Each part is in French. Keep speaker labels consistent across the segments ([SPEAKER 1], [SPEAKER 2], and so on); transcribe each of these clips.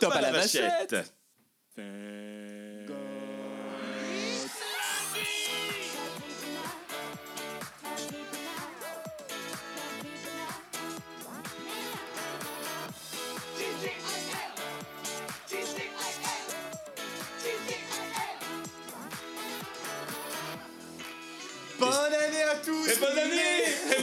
[SPEAKER 1] Top à la vachette.
[SPEAKER 2] Bonne année à tous
[SPEAKER 1] Et bonne année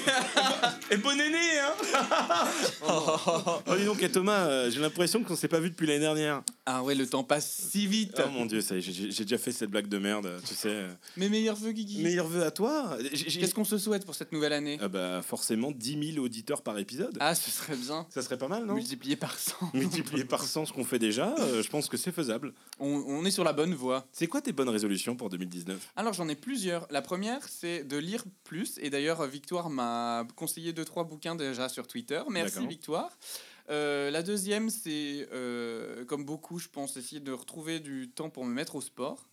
[SPEAKER 1] Et bonne année, hein Oh, dis donc, et Thomas, euh, j'ai l'impression qu'on s'est pas vu depuis l'année dernière.
[SPEAKER 2] Ah ouais, le temps passe si vite
[SPEAKER 1] Oh mon dieu, ça y est, j'ai- j'ai j'ai déjà fait cette blague de merde, tu sais.
[SPEAKER 2] Mes meilleurs vœux, Guigui
[SPEAKER 1] Meilleur vœu à toi J'ai- j'ai-
[SPEAKER 2] Qu'est-ce qu'on se souhaite pour cette nouvelle année
[SPEAKER 1] Ah bah, forcément 10 000 auditeurs par épisode.
[SPEAKER 2] Ah, ce serait bien
[SPEAKER 1] Ça serait pas mal, non
[SPEAKER 2] Multiplié par 100
[SPEAKER 1] Multiplié par 100 ce qu'on fait déjà, euh, je pense que c'est faisable.
[SPEAKER 2] on, on est sur la bonne voie.
[SPEAKER 1] C'est quoi tes bonnes résolutions pour 2019
[SPEAKER 2] Alors j'en ai plusieurs. La première, c'est de lire plus. Et d'ailleurs, Victoire m'a conseillé deux, trois bouquins déjà sur Twitter. Merci
[SPEAKER 1] D'accord.
[SPEAKER 2] Victoire. Euh, la deuxième, c'est, euh, comme beaucoup, je pense, essayer de retrouver du temps pour me mettre au sport.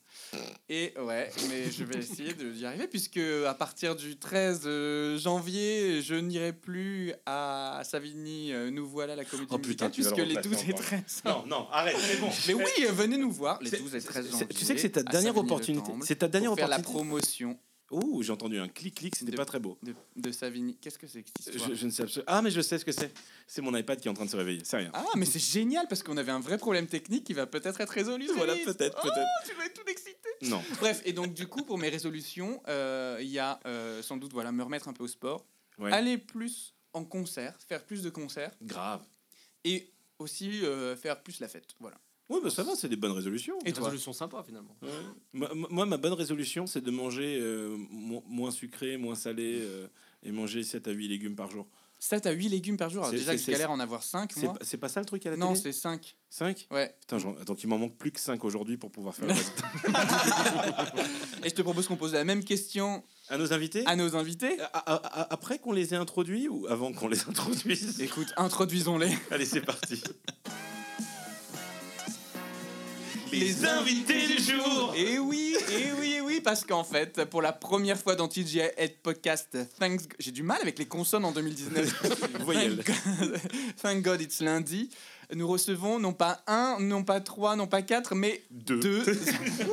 [SPEAKER 2] Et ouais, mais je vais essayer de- d'y arriver, puisque à partir du 13 euh, janvier, je n'irai plus à Savigny, euh, nous voilà la comédie
[SPEAKER 1] Oh putain,
[SPEAKER 2] musicale,
[SPEAKER 1] tu vas le
[SPEAKER 2] puisque les
[SPEAKER 1] remplacer
[SPEAKER 2] 12 et
[SPEAKER 1] encore.
[SPEAKER 2] 13
[SPEAKER 1] non, arrête, c'est bon.
[SPEAKER 2] Mais oui, euh, venez nous voir, les
[SPEAKER 1] C'est-
[SPEAKER 2] 12 et 13
[SPEAKER 1] C'est-
[SPEAKER 2] janvier.
[SPEAKER 1] Tu sais que c'est ta
[SPEAKER 2] à
[SPEAKER 1] dernière opportunité.
[SPEAKER 2] Savigny-le-Temple,
[SPEAKER 1] C'est ta dernière
[SPEAKER 2] pour faire la
[SPEAKER 1] opportunité.
[SPEAKER 2] promotion
[SPEAKER 1] Oh, j'ai entendu un clic-clic, c'était
[SPEAKER 2] De-
[SPEAKER 1] pas très beau.
[SPEAKER 2] de, de Savigny. Qu'est-ce que c'est que cette histoire
[SPEAKER 1] Je, je ne sais absolument. Ah, mais je sais ce que c'est. C'est mon iPad qui est en train de se réveiller. C'est rien.
[SPEAKER 2] Ah, mais c'est génial parce qu'on avait un vrai problème technique qui va peut-être être résolu.
[SPEAKER 1] Voilà, peut-être, peut-être.
[SPEAKER 2] tu vas être tout excité.
[SPEAKER 1] Non.
[SPEAKER 2] Bref, et donc du coup, pour mes résolutions, euh, il y a euh, sans doute voilà, me remettre un peu au sport,
[SPEAKER 1] Ouais.
[SPEAKER 2] aller plus en concert, faire plus de concerts
[SPEAKER 1] Grave.
[SPEAKER 2] et aussi euh, faire plus la fête. Voilà.
[SPEAKER 1] Ouais, bah ça va, c'est des bonnes résolutions.
[SPEAKER 2] Et
[SPEAKER 3] Une
[SPEAKER 2] toi
[SPEAKER 3] résolution sympa finalement.
[SPEAKER 1] Ouais. Moi, moi, ma bonne résolution, c'est de manger euh, mo- moins sucré, moins salé euh, et manger 7 à 8 légumes par jour.
[SPEAKER 2] 7 à 8 légumes par jour. Alors
[SPEAKER 1] C'est-
[SPEAKER 2] déjà,
[SPEAKER 1] c'est-
[SPEAKER 2] que je
[SPEAKER 1] c'est-
[SPEAKER 2] galère à en avoir 5
[SPEAKER 1] C'est
[SPEAKER 2] moi.
[SPEAKER 1] pas- c'est pas ça le truc à la
[SPEAKER 2] Non, c'est
[SPEAKER 1] télé
[SPEAKER 2] 5.
[SPEAKER 1] 5
[SPEAKER 2] Ouais.
[SPEAKER 1] Putain, j'en- donc il m'en manque plus que 5 aujourd'hui pour pouvoir faire le reste.
[SPEAKER 2] Et je te propose qu'on pose la même question
[SPEAKER 1] À nos invités
[SPEAKER 2] à nos invités.
[SPEAKER 1] À- à- à- Après qu'on les ait introduits ou avant qu'on les introduise
[SPEAKER 2] Écoute, introduisons-les.
[SPEAKER 1] Allez, c'est parti.
[SPEAKER 2] Les
[SPEAKER 1] invités du jour
[SPEAKER 2] Et oui, et oui, et oui, parce qu'en fait, pour la première fois dans TGI Head Podcast, thanks... j'ai du mal avec les consonnes en 2019.
[SPEAKER 1] Voyelle.
[SPEAKER 2] Thank God- Thank God it's lundi. Nous recevons non pas un, non pas trois, non pas quatre, mais
[SPEAKER 1] Deux.
[SPEAKER 2] deux,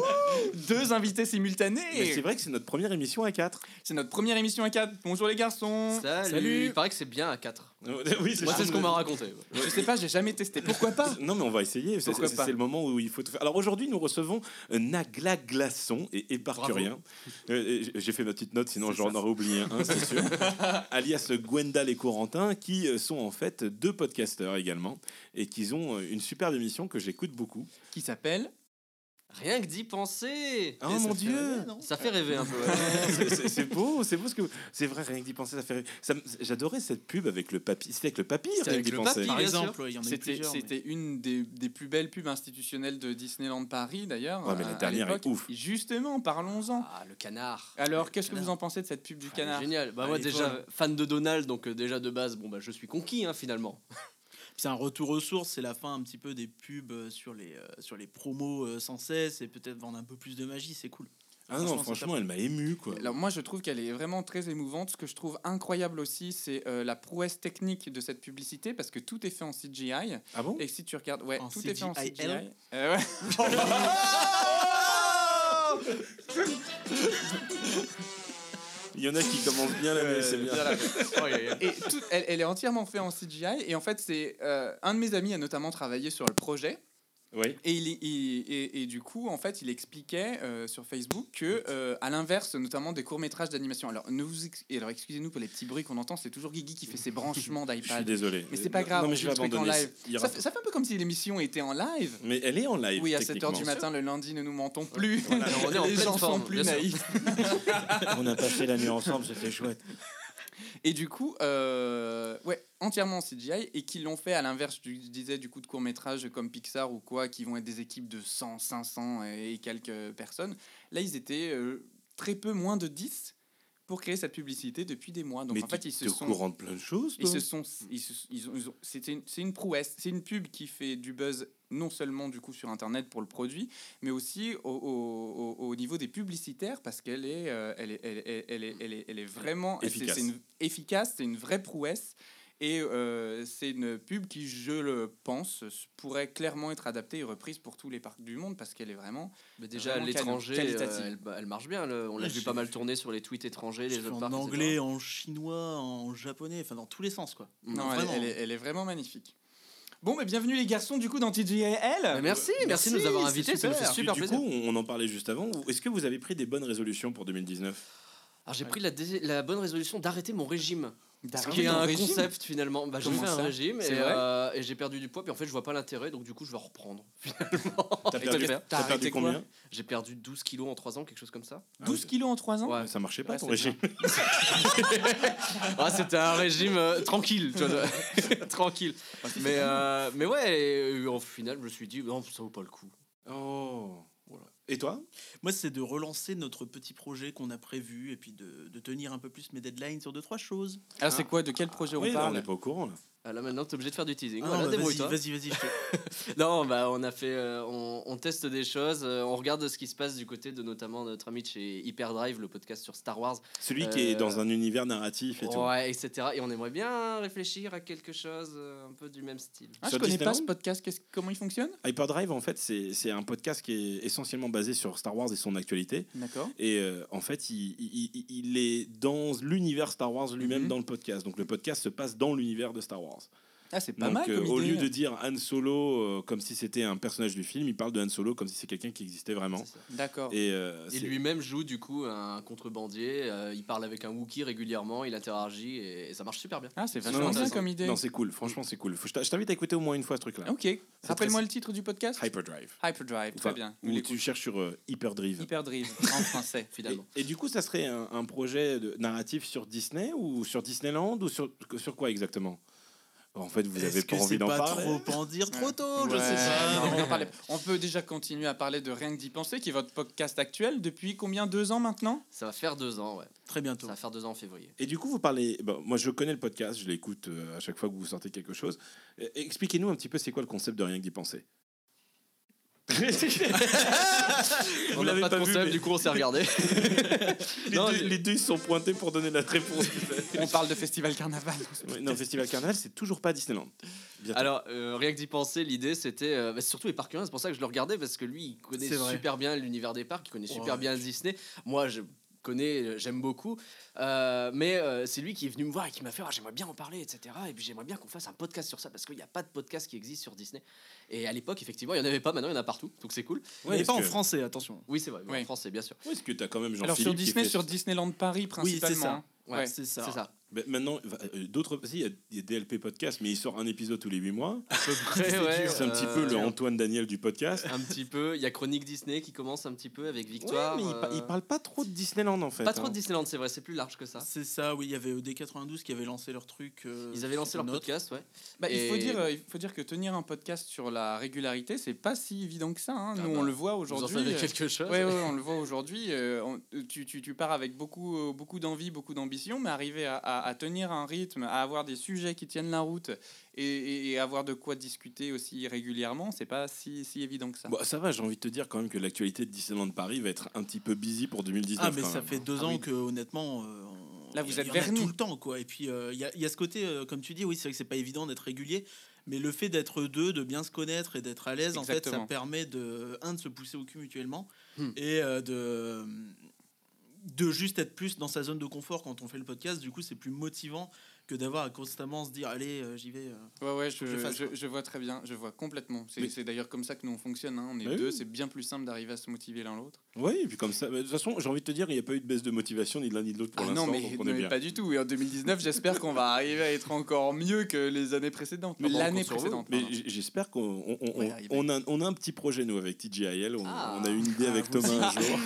[SPEAKER 2] deux invités
[SPEAKER 1] Mais c'est
[SPEAKER 2] simultanés.
[SPEAKER 1] vrai que c'est notre première émission à 4.
[SPEAKER 2] C'est notre première émission à quatre. Bonjour les garçons.
[SPEAKER 3] Salut.
[SPEAKER 2] Salut.
[SPEAKER 3] Il paraît que c'est bien à 4.
[SPEAKER 1] Euh, oui,
[SPEAKER 3] Moi, c'est ce qu'on m'a raconté.
[SPEAKER 2] Je sais pas, j'ai jamais testé. Pourquoi pas
[SPEAKER 1] Non, mais on va essayer. C'est-
[SPEAKER 2] Pourquoi
[SPEAKER 1] C'est
[SPEAKER 2] pas
[SPEAKER 1] c'est le moment où il faut tout faire. Alors aujourd'hui, nous recevons euh, Nagla Glaçon et Éparcurien. Euh, et j- J'ai fait ma petite note, sinon
[SPEAKER 2] C'est
[SPEAKER 1] j'en
[SPEAKER 2] ça.
[SPEAKER 1] aurais oublié un, c'est sûr. Alias Gwendal et Corentin, qui euh, sont en fait deux podcasteurs également et qui ont euh, une superbe émission que j'écoute beaucoup.
[SPEAKER 2] Qui s'appelle
[SPEAKER 3] Rien que d'y penser.
[SPEAKER 1] Oh mon Dieu!
[SPEAKER 3] Ça fait rêver un peu. ouais.
[SPEAKER 1] C'est- c'est c'est beau, c'est beau ce que vous- c'est vrai rien que d'y penser ça fait rire. Ça me- j'adorais cette pub avec le papier, c'était avec le papier
[SPEAKER 3] C'était
[SPEAKER 1] rien que
[SPEAKER 3] avec
[SPEAKER 1] d'y
[SPEAKER 3] le
[SPEAKER 1] penser.
[SPEAKER 3] papier.
[SPEAKER 4] Par
[SPEAKER 3] bien
[SPEAKER 4] exemple, il y en a eu
[SPEAKER 2] C'était
[SPEAKER 4] plusieurs. mais-
[SPEAKER 2] c'était une des, des plus belles pubs institutionnelles de Disneyland Paris d'ailleurs.
[SPEAKER 1] Ouais, mais la
[SPEAKER 2] à- à
[SPEAKER 1] dernière est
[SPEAKER 2] l'époque.
[SPEAKER 1] ouf.
[SPEAKER 2] Justement, parlons-en.
[SPEAKER 3] Ah, le canard.
[SPEAKER 2] Alors,
[SPEAKER 4] le
[SPEAKER 2] qu'est-ce que
[SPEAKER 4] canard.
[SPEAKER 2] vous en pensez de cette pub du
[SPEAKER 3] Ah,
[SPEAKER 2] canard
[SPEAKER 3] Génial. Bah,
[SPEAKER 4] Ah,
[SPEAKER 3] moi,
[SPEAKER 4] et
[SPEAKER 3] déjà,
[SPEAKER 4] toi
[SPEAKER 3] fan de Donald, donc euh, déjà de base, bon, bah, je suis conquis hein, finalement.
[SPEAKER 4] C'est un retour aux sources, c'est la fin un petit peu des pubs euh, sur les, euh, sur les promos euh, sans cesse et peut-être vendre un peu plus de magie, c'est cool.
[SPEAKER 1] Ah non,
[SPEAKER 4] Franchement,
[SPEAKER 1] franchement, elle m'a ému quoi.
[SPEAKER 2] Alors moi je trouve qu'elle est vraiment très émouvante. Ce que je trouve incroyable aussi c'est euh, la prouesse technique de cette publicité parce que tout est fait en CGI.
[SPEAKER 1] Ah bon
[SPEAKER 2] Et si tu regardes, ouais,
[SPEAKER 4] En
[SPEAKER 2] tout est fait en CGI.
[SPEAKER 4] CGIL?
[SPEAKER 2] Euh, ouais.
[SPEAKER 1] Il y en a qui commencent bien
[SPEAKER 3] Euh,
[SPEAKER 1] là mais c'est bien.
[SPEAKER 2] voilà.
[SPEAKER 3] Oh, yeah, yeah.
[SPEAKER 2] Et tout- elle, elle est entièrement faite en CGI. Et en fait c'est euh, un de mes amis a notamment travaillé sur le projet.
[SPEAKER 1] Oui.
[SPEAKER 2] Et, il, il- et, et du coup, en fait, il expliquait euh, sur Facebook que, euh, à l'inverse, notamment des courts métrages d'animation. Alors, ne vous ex- et alors, excusez-nous pour les petits bruits qu'on entend. C'est toujours Guigui qui fait ses branchements
[SPEAKER 1] Je suis
[SPEAKER 2] d'iPad.
[SPEAKER 1] désolé.
[SPEAKER 2] Mais c'est pas
[SPEAKER 1] Non,
[SPEAKER 2] grave,
[SPEAKER 1] Non,
[SPEAKER 2] on
[SPEAKER 1] mais je vais
[SPEAKER 2] fait le truc en
[SPEAKER 1] abandonner.
[SPEAKER 2] live.
[SPEAKER 1] Il y aura-
[SPEAKER 2] Ça, fait- ça fait un peu comme si l'émission était en live.
[SPEAKER 1] Mais elle est en live.
[SPEAKER 2] Oui, à 7h du
[SPEAKER 1] techniquement.
[SPEAKER 2] matin le lundi, ne nous mentons plus.
[SPEAKER 1] Voilà,
[SPEAKER 3] on est en
[SPEAKER 2] Les
[SPEAKER 3] pleine
[SPEAKER 2] gens sont
[SPEAKER 3] forme,
[SPEAKER 2] plus
[SPEAKER 3] bien sûr.
[SPEAKER 2] naïfs.
[SPEAKER 1] On a passé la nuit ensemble, c'était chouette.
[SPEAKER 2] Et du coup, euh, ouais, entièrement en CGI et qui l'ont fait à l'inverse, du- je disais, du coup, de courts-métrages comme Pixar ou quoi, qui vont être des équipes de 100, 500 et quelques personnes. Là, ils étaient euh, très peu, moins de 10 pour créer cette publicité depuis des mois. Donc,
[SPEAKER 1] mais
[SPEAKER 2] en fait,
[SPEAKER 1] tu
[SPEAKER 2] ils se
[SPEAKER 1] es au
[SPEAKER 2] sont.
[SPEAKER 1] courant de plein de choses.
[SPEAKER 2] Ils
[SPEAKER 1] toi
[SPEAKER 2] se sont, ils se- ils ont- ils ont- c'était une- c'est une, prouesse, c'est une pub qui fait du buzz non seulement du coup sur internet pour le produit, mais aussi au, au- au- au niveau des publicitaires parce qu'elle est, euh, elle est, elle, elle- elle est, elle est, elle est vraiment, c'est-
[SPEAKER 1] Efficace.
[SPEAKER 2] c'est une- efficace, c'est une vraie prouesse. Et euh, c'est une pub qui, je le pense, pourrait clairement être adaptée et reprise pour tous les parcs du monde parce qu'elle est vraiment.
[SPEAKER 3] Mais déjà, à
[SPEAKER 2] Vraiment
[SPEAKER 3] l'étranger,
[SPEAKER 2] quali-
[SPEAKER 3] euh,
[SPEAKER 2] qualitative.
[SPEAKER 3] elle, elle marche bien. le- on l'a
[SPEAKER 4] Ouais,
[SPEAKER 3] vu
[SPEAKER 4] j'ai
[SPEAKER 3] pas mal
[SPEAKER 4] vu.
[SPEAKER 3] tourner sur les tweets étrangers, les autres
[SPEAKER 4] en
[SPEAKER 3] parcs, etc.
[SPEAKER 4] anglais, en chinois, en japonais, enfin dans tous les sens quoi.
[SPEAKER 3] Mm.
[SPEAKER 2] Non, elle-
[SPEAKER 4] vraiment.
[SPEAKER 2] Elle, est, elle est vraiment magnifique. Bon, mais bienvenue les garçons, du coup, dans TGL.
[SPEAKER 3] Mais Bah, merci, merci de nous avoir invités, ça nous fait
[SPEAKER 1] Du-
[SPEAKER 3] super
[SPEAKER 1] du
[SPEAKER 3] plaisir.
[SPEAKER 1] coup, on en parlait juste avant. Est-ce que vous avez pris des bonnes résolutions pour 2019
[SPEAKER 3] Alors j'ai pris la, dé- la bonne résolution d'arrêter mon régime, ce qui
[SPEAKER 2] D'arriver
[SPEAKER 3] est
[SPEAKER 2] dans
[SPEAKER 3] un
[SPEAKER 2] le régime.
[SPEAKER 3] concept finalement. Bah, j'ai
[SPEAKER 2] Comment
[SPEAKER 3] fait un
[SPEAKER 2] ça
[SPEAKER 3] régime et,
[SPEAKER 2] C'est vrai
[SPEAKER 3] euh, et j'ai perdu du poids, puis en fait je vois pas l'intérêt, donc du coup je vais reprendre.
[SPEAKER 1] T'as
[SPEAKER 3] toi,
[SPEAKER 1] perdu,
[SPEAKER 3] Pierre
[SPEAKER 1] t'as
[SPEAKER 2] Oh, T'as
[SPEAKER 1] perdu
[SPEAKER 2] arrêté
[SPEAKER 1] combien
[SPEAKER 3] J'ai perdu 12 kilos en 3 ans, quelque chose comme ça.
[SPEAKER 2] 12 kilos en 3 ans
[SPEAKER 3] Ouais.
[SPEAKER 1] Ça marchait pas
[SPEAKER 3] Ouais,
[SPEAKER 1] ton
[SPEAKER 3] c'est
[SPEAKER 1] régime.
[SPEAKER 3] Ah, c'était un régime euh, tranquille, tu vois, tranquille. Mais, euh, mais ouais, et, euh, au final, je me suis dit, non, ça vaut pas le coup.
[SPEAKER 1] Oh. voilà. Et toi
[SPEAKER 4] Moi, c'est de relancer notre petit projet qu'on a prévu et puis de, de tenir un peu plus mes deadlines sur deux trois choses.
[SPEAKER 2] Alors, c'est quoi De quel projet
[SPEAKER 1] Oui,
[SPEAKER 2] on
[SPEAKER 1] là, On
[SPEAKER 2] parle
[SPEAKER 1] n'est pas au courant. là.
[SPEAKER 3] Ah, Là maintenant, t'es obligé de faire du teasing.
[SPEAKER 4] Ah,
[SPEAKER 3] voilà,
[SPEAKER 4] bah, vas-y,
[SPEAKER 3] débrouille-toi.
[SPEAKER 4] vas-y, vas-y. je te-
[SPEAKER 3] Non, bah on a fait, euh, on, on teste des choses, euh, on regarde ce qui se passe du côté de notamment notre ami de chez Hyperdrive, le podcast sur Star Wars,
[SPEAKER 1] Celui qui est
[SPEAKER 3] Euh,
[SPEAKER 1] dans un univers narratif et tout.
[SPEAKER 3] ouais, etc. Et on aimerait bien réfléchir à quelque chose euh, un peu du même style.
[SPEAKER 2] Ah, je
[SPEAKER 1] Sur
[SPEAKER 2] connais
[SPEAKER 1] Disneyland
[SPEAKER 2] pas ce podcast, qu'est-ce- comment il fonctionne
[SPEAKER 1] Hyperdrive, en fait, c'est c'est un podcast qui est essentiellement basé sur Star Wars et son actualité.
[SPEAKER 2] D'accord.
[SPEAKER 1] Et euh, en fait, il, il- il- il est dans l'univers Star Wars lui-même
[SPEAKER 2] Mhm.
[SPEAKER 1] dans le podcast. Donc le podcast se passe dans l'univers de Star Wars.
[SPEAKER 2] Ah, c'est pas
[SPEAKER 1] Donc,
[SPEAKER 2] mal.
[SPEAKER 1] euh,
[SPEAKER 2] Comme
[SPEAKER 1] au
[SPEAKER 2] idée.
[SPEAKER 1] lieu de dire Han Solo euh, comme si c'était un personnage du film, il parle de Han Solo comme si c'est quelqu'un qui existait vraiment.
[SPEAKER 3] C'est ça.
[SPEAKER 2] D'accord.
[SPEAKER 1] Et, euh,
[SPEAKER 3] Et
[SPEAKER 1] c'est-
[SPEAKER 3] lui-même joue du coup un contrebandier, euh, il parle avec un Wookiee régulièrement, il interagit et, et ça marche super bien.
[SPEAKER 2] Ah, c'est
[SPEAKER 1] Non,
[SPEAKER 2] vachement
[SPEAKER 1] non,
[SPEAKER 2] bien
[SPEAKER 1] c'est-
[SPEAKER 2] comme idée. Ah
[SPEAKER 1] Non, c'est cool. Franchement, c'est cool. Faut- je t'a- je t'invite à écouter au moins une fois ce truc-là.
[SPEAKER 2] Ok. Rappelle-moi le titre du podcast
[SPEAKER 1] Hyperdrive.
[SPEAKER 2] Hyperdrive.
[SPEAKER 1] Enfin,
[SPEAKER 2] Très bien.
[SPEAKER 1] Ou
[SPEAKER 2] Il est
[SPEAKER 1] tu cherches sur euh, Hyperdrive.
[SPEAKER 2] Hyperdrive en français.
[SPEAKER 1] Et,
[SPEAKER 3] Finalement.
[SPEAKER 1] et du coup, ça serait un, un projet de, narratif sur Disney ou sur Disneyland ou sur, sur quoi exactement En fait, vous avez
[SPEAKER 4] Est-ce
[SPEAKER 1] pas
[SPEAKER 4] que
[SPEAKER 1] envie
[SPEAKER 4] c'est
[SPEAKER 1] d'en
[SPEAKER 4] pas
[SPEAKER 1] parler
[SPEAKER 4] trop en dire trop tôt Je
[SPEAKER 2] Ouais,
[SPEAKER 4] sais pas.
[SPEAKER 2] non,
[SPEAKER 4] non.
[SPEAKER 2] on, en parlait- on peut déjà continuer à parler de Rien que d'y penser, qui est votre podcast actuel depuis combien Deux ans maintenant
[SPEAKER 3] Ça va faire deux ans, ouais.
[SPEAKER 4] Très bientôt.
[SPEAKER 3] Ça va faire deux ans en février.
[SPEAKER 1] Et du coup, vous parlez. bon, moi, je connais le podcast, je l'écoute euh, à chaque fois que vous sortez quelque chose. Euh, Expliquez-nous un petit peu c'est quoi le concept de rien que d'y penser. Vous
[SPEAKER 3] on n'a
[SPEAKER 1] l'avez
[SPEAKER 3] pas de
[SPEAKER 1] pas vu,
[SPEAKER 3] concept,
[SPEAKER 1] mais-
[SPEAKER 3] du coup on s'est regardé.
[SPEAKER 1] les,
[SPEAKER 3] Non,
[SPEAKER 1] deux,
[SPEAKER 3] mais-
[SPEAKER 1] les deux, ils se sont pointés pour donner la réponse.
[SPEAKER 2] On parle de Festival Carnaval.
[SPEAKER 1] Ouais, non, Festival Carnaval, c'est toujours pas Disneyland. Bientôt.
[SPEAKER 3] Alors, euh, rien que d'y penser, l'idée c'était euh, bah, surtout les parcs urbains, c'est pour ça que je le regardais parce que lui il connaît
[SPEAKER 4] C'est vrai.
[SPEAKER 3] super bien l'univers des parcs, il connaît super
[SPEAKER 4] Ouais.
[SPEAKER 3] bien Disney. Moi je connais, euh, j'aime beaucoup, Euh, mais euh, c'est lui qui est venu me voir et qui m'a fait Ah, j'aimerais bien en parler, etc. Et puis j'aimerais bien qu'on fasse un podcast sur ça parce qu'il n'y a pas de podcast qui existe sur Disney. Et à l'époque, effectivement, il n'y en avait pas, maintenant il y en a partout, donc c'est cool.
[SPEAKER 1] Ouais,
[SPEAKER 4] Et pas en
[SPEAKER 1] parce que-
[SPEAKER 4] français, attention.
[SPEAKER 3] Oui, c'est vrai,
[SPEAKER 2] Oui.
[SPEAKER 3] en français, bien sûr.
[SPEAKER 1] Ouais, est-ce que t'as quand même
[SPEAKER 2] Alors sur
[SPEAKER 1] Jean-Philippe qui
[SPEAKER 2] Disney,
[SPEAKER 1] fait-
[SPEAKER 2] sur Disneyland Paris
[SPEAKER 4] Oui, c'est ça.
[SPEAKER 2] principalement.
[SPEAKER 3] Ouais,
[SPEAKER 2] Ouais.
[SPEAKER 4] C'est ça.
[SPEAKER 3] C'est ça.
[SPEAKER 1] Ben, Maintenant, va- euh, d'autres. Si, il y a- il y, a DLP Podcast, mais il sort un épisode tous les 8 mois.
[SPEAKER 3] Ouais, ouais,
[SPEAKER 1] C'est un petit
[SPEAKER 3] euh,
[SPEAKER 1] peu le Antoine Daniel du podcast.
[SPEAKER 3] Un petit peu, il y a Chronique Disney qui commence un petit peu avec
[SPEAKER 1] Ouais,
[SPEAKER 3] Victoire.
[SPEAKER 1] mais il, pa-
[SPEAKER 3] euh,
[SPEAKER 1] il parle pas trop de Disneyland en fait.
[SPEAKER 3] Pas trop de
[SPEAKER 1] hein.
[SPEAKER 3] Disneyland, c'est vrai, c'est plus large que ça.
[SPEAKER 4] C'est ça, oui, il y avait ED92 qui avait lancé leur truc. euh,
[SPEAKER 3] Ils avaient lancé leur
[SPEAKER 4] notre-
[SPEAKER 3] podcast, ouais.
[SPEAKER 2] Bah, il, faut
[SPEAKER 3] Et-
[SPEAKER 2] dire, euh, il faut dire que tenir un podcast sur la régularité, c'est pas si évident que ça. hein. Nous,
[SPEAKER 3] Ah bah,
[SPEAKER 2] on le voit
[SPEAKER 3] Vous en
[SPEAKER 2] aujourd'hui.
[SPEAKER 3] savez
[SPEAKER 2] euh,
[SPEAKER 3] quelque chose
[SPEAKER 2] Ouais, ouais, on le voit aujourd'hui. euh, on- tu, tu- tu pars avec beaucoup, euh, beaucoup d'envie, beaucoup d'ambition, mais arriver à, à- à tenir un rythme, à avoir des sujets qui tiennent la route et, et- et avoir de quoi discuter aussi régulièrement, c'est pas si, si évident que ça.
[SPEAKER 1] Bon, Bah, ça va, j'ai envie de te dire quand même que l'actualité de Disneyland Paris va être un petit peu busy pour 2019.
[SPEAKER 4] Ah, mais
[SPEAKER 1] quand
[SPEAKER 4] ça
[SPEAKER 1] même.
[SPEAKER 4] fait deux
[SPEAKER 2] Ah
[SPEAKER 4] ans
[SPEAKER 2] oui.
[SPEAKER 4] que, honnêtement. euh, on-
[SPEAKER 2] Là, vous
[SPEAKER 4] il y-
[SPEAKER 2] êtes
[SPEAKER 4] il y en a
[SPEAKER 2] vernis.
[SPEAKER 4] tout le temps, quoi. Et puis, euh, il y, a- il y a ce côté, euh, comme tu dis, oui, c'est vrai que c'est pas évident d'être régulier. Mais le fait d'être deux, de bien se connaître et d'être à l'aise, en fait, ça
[SPEAKER 2] Exactement.
[SPEAKER 4] permet de, un, de se pousser au cul mutuellement
[SPEAKER 3] Hmm.
[SPEAKER 4] et euh, de, de juste être plus dans sa zone de confort quand on fait le podcast. Du coup, c'est plus motivant que d'avoir à constamment se dire, allez, euh, j'y vais. euh.
[SPEAKER 2] Ouais, ouais, je,
[SPEAKER 4] que je fasse,
[SPEAKER 2] je-
[SPEAKER 4] quoi.
[SPEAKER 2] je vois très bien, je vois complètement. C'est
[SPEAKER 1] Mais-
[SPEAKER 2] c'est d'ailleurs comme ça que nous on fonctionne. hein. On est
[SPEAKER 3] Bah
[SPEAKER 1] Mais
[SPEAKER 2] deux,
[SPEAKER 1] oui.
[SPEAKER 2] c'est bien plus simple d'arriver à se motiver l'un l'autre.
[SPEAKER 1] Oui, et puis comme ça. mais De toute façon, j'ai envie de te dire, il n'y a pas eu de baisse de motivation ni de l'un ni de l'autre pour
[SPEAKER 2] Ah
[SPEAKER 1] l'instant.
[SPEAKER 2] non, mais,
[SPEAKER 1] donc on
[SPEAKER 2] non,
[SPEAKER 1] est
[SPEAKER 2] mais
[SPEAKER 1] bien.
[SPEAKER 2] pas du tout. Et en 2019, j'espère qu'on va arriver à être encore mieux que les années précédentes.
[SPEAKER 3] Mais bon, on
[SPEAKER 2] L'année
[SPEAKER 3] compte sur vous.
[SPEAKER 2] précédente.
[SPEAKER 1] Mais
[SPEAKER 2] pardon.
[SPEAKER 1] j- j'espère qu'on on, on-
[SPEAKER 2] Ouais,
[SPEAKER 1] on-
[SPEAKER 2] arrivé.
[SPEAKER 1] on a, on a un petit projet, nous, avec TGIL. On,
[SPEAKER 3] Ah.
[SPEAKER 1] on a une idée avec
[SPEAKER 4] Ah, vous
[SPEAKER 1] Thomas un jour.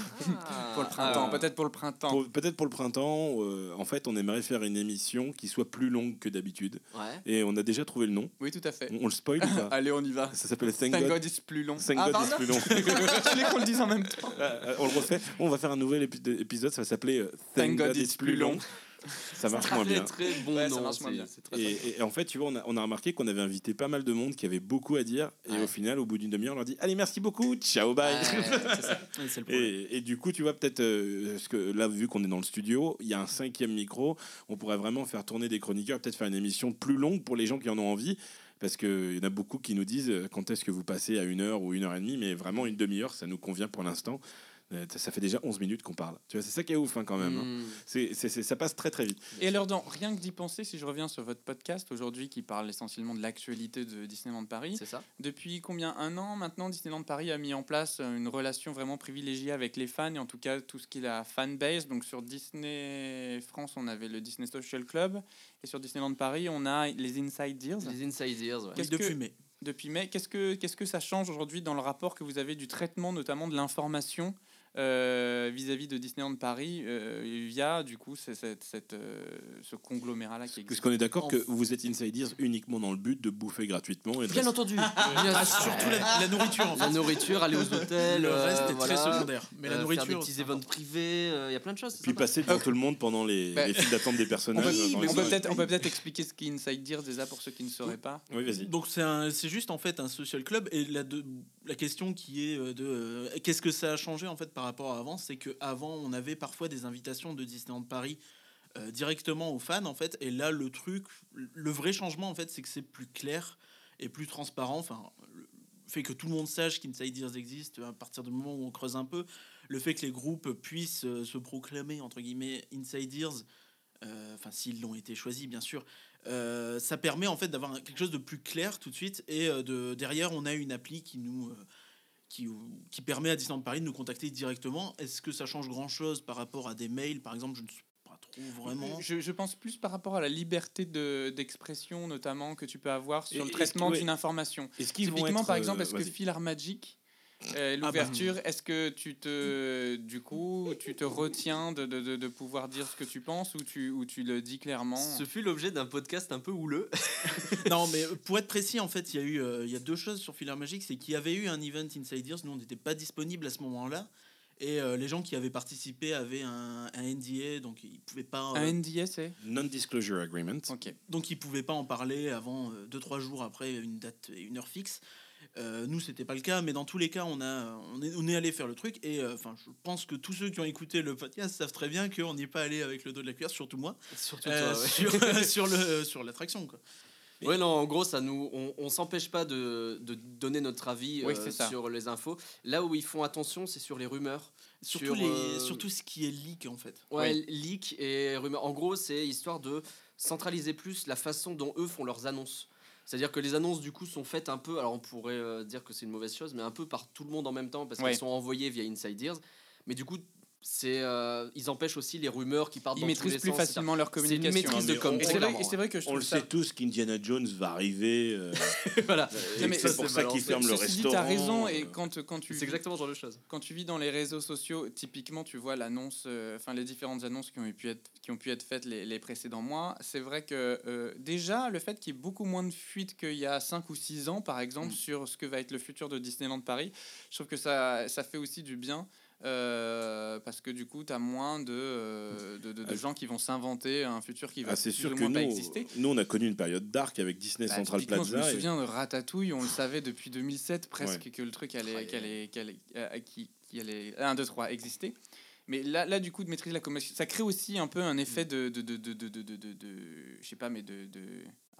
[SPEAKER 2] pour le printemps, peut-être pour le printemps.
[SPEAKER 1] Ah. Pour- Peut-être pour le printemps, euh, en fait, on aimerait faire une émission qui soit plus longue que d'habitude.
[SPEAKER 3] Ouais.
[SPEAKER 1] Et on a déjà trouvé le nom.
[SPEAKER 2] Oui, tout à fait.
[SPEAKER 1] On, on le spoil ou pas
[SPEAKER 2] Allez, on y va.
[SPEAKER 1] Ça s'appelle Thank
[SPEAKER 2] Ah, Thank
[SPEAKER 1] God.
[SPEAKER 2] God is plus long.
[SPEAKER 1] Thank
[SPEAKER 2] Ah,
[SPEAKER 1] God is
[SPEAKER 2] pardon.
[SPEAKER 1] plus long.
[SPEAKER 2] Je voulais qu'on le dise en même temps.
[SPEAKER 1] Euh, euh, on le refait. On va faire un nouvel épi- épisode. Ça va s'appeler euh,
[SPEAKER 2] Thank God is plus long.
[SPEAKER 1] Ça marche moins bien.
[SPEAKER 3] très bon
[SPEAKER 2] Ouais, ça
[SPEAKER 3] nom.
[SPEAKER 2] marche moins
[SPEAKER 3] c'est-
[SPEAKER 2] bien.
[SPEAKER 3] c'est très
[SPEAKER 1] Et, et- et en fait, tu vois, on a, on a remarqué qu'on avait invité pas mal de monde qui avait beaucoup à dire. Et
[SPEAKER 3] Ouais.
[SPEAKER 1] au final, au bout d'une demi-heure, on leur dit Allez, merci beaucoup, ciao, bye.
[SPEAKER 3] Ouais, c'est ça.
[SPEAKER 4] Ouais, c'est le problème.
[SPEAKER 1] Et, et du coup, tu vois, peut-être, euh, parce que là, vu qu'on est dans le studio, il y a un cinquième micro, on pourrait vraiment faire tourner des chroniqueurs, peut-être faire une émission plus longue pour les gens qui en ont envie, parce qu'il y en a beaucoup qui nous disent euh, quand est-ce que vous passez à une heure ou une heure et demie, mais vraiment une demi-heure, ça nous convient pour l'instant. Euh, ça- ça fait déjà 11 minutes qu'on parle. Tu vois, c'est ça qui est ouf hein, quand même. hein.
[SPEAKER 3] Mm.
[SPEAKER 1] C'est- c'est- c'est- ça passe très très vite.
[SPEAKER 2] Et alors, dans rien que d'y penser, si je reviens sur votre podcast aujourd'hui qui parle essentiellement de l'actualité de Disneyland Paris,
[SPEAKER 3] C'est ça.
[SPEAKER 2] depuis combien Un an maintenant, Disneyland Paris a mis en place euh, une relation vraiment privilégiée avec les fans et en tout cas tout ce qui est la fanbase. Donc sur Disney France, on avait le Disney Social Club et sur Disneyland Paris, on a les Inside Deals.
[SPEAKER 3] Les Insiders. Ouais.
[SPEAKER 2] Qu'est-ce
[SPEAKER 4] de
[SPEAKER 2] que-
[SPEAKER 4] fumée.
[SPEAKER 2] Depuis mai, qu'est-ce que, qu'est-ce que ça change aujourd'hui dans le rapport que vous avez du traitement, notamment de l'information euh, vis-à-vis de Disneyland Paris euh, via du coup c'est- cette, cette, euh, ce conglomérat là qui
[SPEAKER 1] Parce
[SPEAKER 2] existe
[SPEAKER 1] qu'on est d'accord
[SPEAKER 3] En-
[SPEAKER 1] que vous êtes insiders uniquement dans le but de bouffer gratuitement et de
[SPEAKER 3] Bien entendu. Bien
[SPEAKER 4] Ah,
[SPEAKER 3] sûr.
[SPEAKER 4] surtout la, la nourriture, en fait.
[SPEAKER 3] La nourriture, aller aux hôtels.
[SPEAKER 4] le reste
[SPEAKER 3] Ah, euh,
[SPEAKER 4] est
[SPEAKER 3] voilà.
[SPEAKER 4] très secondaire. Mais la
[SPEAKER 3] Euh,
[SPEAKER 4] nourriture.
[SPEAKER 3] Faire des petits
[SPEAKER 4] c'est
[SPEAKER 3] events privés. euh, Il y a plein de choses. c'est
[SPEAKER 1] puis
[SPEAKER 3] sympa.
[SPEAKER 1] passer devant tout le monde pendant les,
[SPEAKER 2] Bah,
[SPEAKER 1] les files d'attente des
[SPEAKER 2] On
[SPEAKER 1] personnages.
[SPEAKER 2] peut,
[SPEAKER 1] euh, dans les
[SPEAKER 2] on peut
[SPEAKER 1] soirées.
[SPEAKER 2] peut-être, on peut peut-être expliquer ce qu'est Inside Deals déjà pour ceux qui ne sauraient pas.
[SPEAKER 1] Oui, vas-y.
[SPEAKER 4] Donc c'est un- c'est juste en fait un social club et la de- la question qui est euh, de euh, qu'est-ce que ça a changé en fait par rapport à avant, c'est que avant on avait parfois des invitations de Disneyland Paris euh, directement aux fans en fait et là le truc le vrai changement en fait c'est que c'est plus clair et plus transparent enfin le fait que tout le monde sache qu'Insiders existe à partir du moment où on creuse un peu le fait que les groupes puissent euh, se proclamer entre guillemets insiders euh, enfin s'ils l'ont été choisis bien sûr euh, ça permet en fait d'avoir un- quelque chose de plus clair tout de suite et euh, de derrière on a une appli qui nous euh, qui, qui permet à Disneyland Paris de nous contacter directement est-ce que ça change grand chose par rapport à des mails par exemple je ne sais pas trop vraiment
[SPEAKER 2] Euh, Je, je pense plus par rapport à la liberté de, d'expression notamment que tu peux avoir sur
[SPEAKER 1] Et-
[SPEAKER 2] le
[SPEAKER 1] est-ce
[SPEAKER 2] traitement
[SPEAKER 1] que- ouais.
[SPEAKER 2] d'une information.
[SPEAKER 1] Est-ce qu'ils vont
[SPEAKER 2] Typiquement
[SPEAKER 1] être,
[SPEAKER 2] par exemple,
[SPEAKER 1] euh,
[SPEAKER 2] est-ce que
[SPEAKER 1] vas-y. Ah, ben.
[SPEAKER 2] Filar Magic euh, l'ouverture, est-ce que tu te, du coup, tu te retiens de, de, de, de pouvoir dire ce que tu penses ou tu, ou tu le dis clairement
[SPEAKER 3] Ce fut l'objet d'un podcast un peu houleux.
[SPEAKER 4] non mais euh, pour être précis en fait il y a eu euh, il y a deux choses sur Filar Magic c'est qu'il y avait eu un event Insiders nous on n'était pas disponible à ce moment-là et euh, les gens qui avaient participé avaient un, un NDA donc ils pouvaient pas euh,
[SPEAKER 2] Un NDA, c'est
[SPEAKER 1] Non-disclosure agreement.
[SPEAKER 2] Ok.
[SPEAKER 4] Donc ils pouvaient pas en parler avant 2-3 jours après une date et une heure fixe. Euh, nous, c'était pas le cas, mais dans tous les cas, on, a, on est, on est allé faire le truc. Et euh, enfin, je pense que tous ceux qui ont écouté le podcast savent très bien qu'on n'est pas allé avec le dos de la cuillère, surtout moi,
[SPEAKER 3] Surtout
[SPEAKER 4] euh,
[SPEAKER 3] toi. ouais.
[SPEAKER 4] sur, sur le- sur l'attraction. quoi.
[SPEAKER 3] Ouais, non, en gros, ça nous, on, on s'empêche pas de, de donner notre avis
[SPEAKER 2] Oui,
[SPEAKER 3] euh,
[SPEAKER 2] c'est ça.
[SPEAKER 3] sur les infos. Là où ils font attention, c'est sur les rumeurs.
[SPEAKER 4] Surtout,
[SPEAKER 3] Sur,
[SPEAKER 4] les,
[SPEAKER 3] euh,
[SPEAKER 4] surtout ce qui est leak, en fait.
[SPEAKER 3] Ouais, leak et rumeurs. En gros, c'est histoire de centraliser plus la façon dont eux font leurs annonces. C'est-à-dire que les annonces, du coup, sont faites un peu, alors on pourrait euh, dire que c'est une mauvaise chose, mais un peu par tout le monde en même temps, parce
[SPEAKER 2] Ouais.
[SPEAKER 3] qu'elles sont envoyées via Insiders. Mais du coup, c'est, euh, ils empêchent aussi les rumeurs qui partent
[SPEAKER 2] Ils
[SPEAKER 3] dans tous
[SPEAKER 2] maîtrisent
[SPEAKER 3] les
[SPEAKER 2] plus
[SPEAKER 3] sens, etc.
[SPEAKER 2] facilement leur
[SPEAKER 3] C'est une
[SPEAKER 2] communication.
[SPEAKER 3] maîtrise de
[SPEAKER 1] Mais
[SPEAKER 3] com.
[SPEAKER 2] Et c'est, vrai,
[SPEAKER 3] clairement,
[SPEAKER 2] et c'est vrai que je
[SPEAKER 1] On
[SPEAKER 2] trouve
[SPEAKER 1] le
[SPEAKER 2] ça-
[SPEAKER 1] sait tous qu'Indiana Jones va arriver. euh,
[SPEAKER 3] ouais. voilà.
[SPEAKER 1] et
[SPEAKER 2] Non, mais
[SPEAKER 1] c'est
[SPEAKER 2] ça,
[SPEAKER 1] pour
[SPEAKER 3] c'est
[SPEAKER 1] ça
[SPEAKER 3] balancé.
[SPEAKER 1] qu'ils ferment le
[SPEAKER 2] Ceci dit, t'as
[SPEAKER 1] restaurant.
[SPEAKER 2] raison,
[SPEAKER 1] euh,
[SPEAKER 2] et quand, quand tu
[SPEAKER 3] C'est exactement ce genre de choses.
[SPEAKER 2] quand tu vis dans les réseaux sociaux, typiquement, tu vois l'annonce, euh, enfin les différentes annonces qui ont pu être, qui ont pu être faites les, les précédents mois. C'est vrai que euh, déjà, le fait qu'il y ait beaucoup moins de fuites qu'il y a 5 ou 6 ans, par exemple,
[SPEAKER 4] Mm.
[SPEAKER 2] sur ce que va être le futur de Disneyland Paris, je trouve que ça, ça fait aussi du bien. euh, parce que du coup, tu as moins de, euh, de, de- de
[SPEAKER 1] Ah,
[SPEAKER 2] gens qui vont s'inventer un futur qui va
[SPEAKER 1] ah, c'est
[SPEAKER 2] plus
[SPEAKER 1] sûr
[SPEAKER 2] ou
[SPEAKER 1] que
[SPEAKER 2] moins pas
[SPEAKER 1] nous, euh,
[SPEAKER 2] exister.
[SPEAKER 1] nous, on a connu une période dark avec Disney
[SPEAKER 2] Bah,
[SPEAKER 1] Central
[SPEAKER 2] typiquement,
[SPEAKER 1] Plaza.
[SPEAKER 2] Je me
[SPEAKER 1] et-
[SPEAKER 2] souviens de Ratatouille, on le savait depuis 2007 presque que le truc allait,
[SPEAKER 3] Aïe.
[SPEAKER 2] qu'elle allait, qu'elle allait- euh, qui, qui allait, 1, 2, 3, exister. Mais là, là, du coup, de maîtriser la communication, ça crée aussi un peu un effet de, de, de, de, de, de, de, de- de- je sais pas, mais de, de...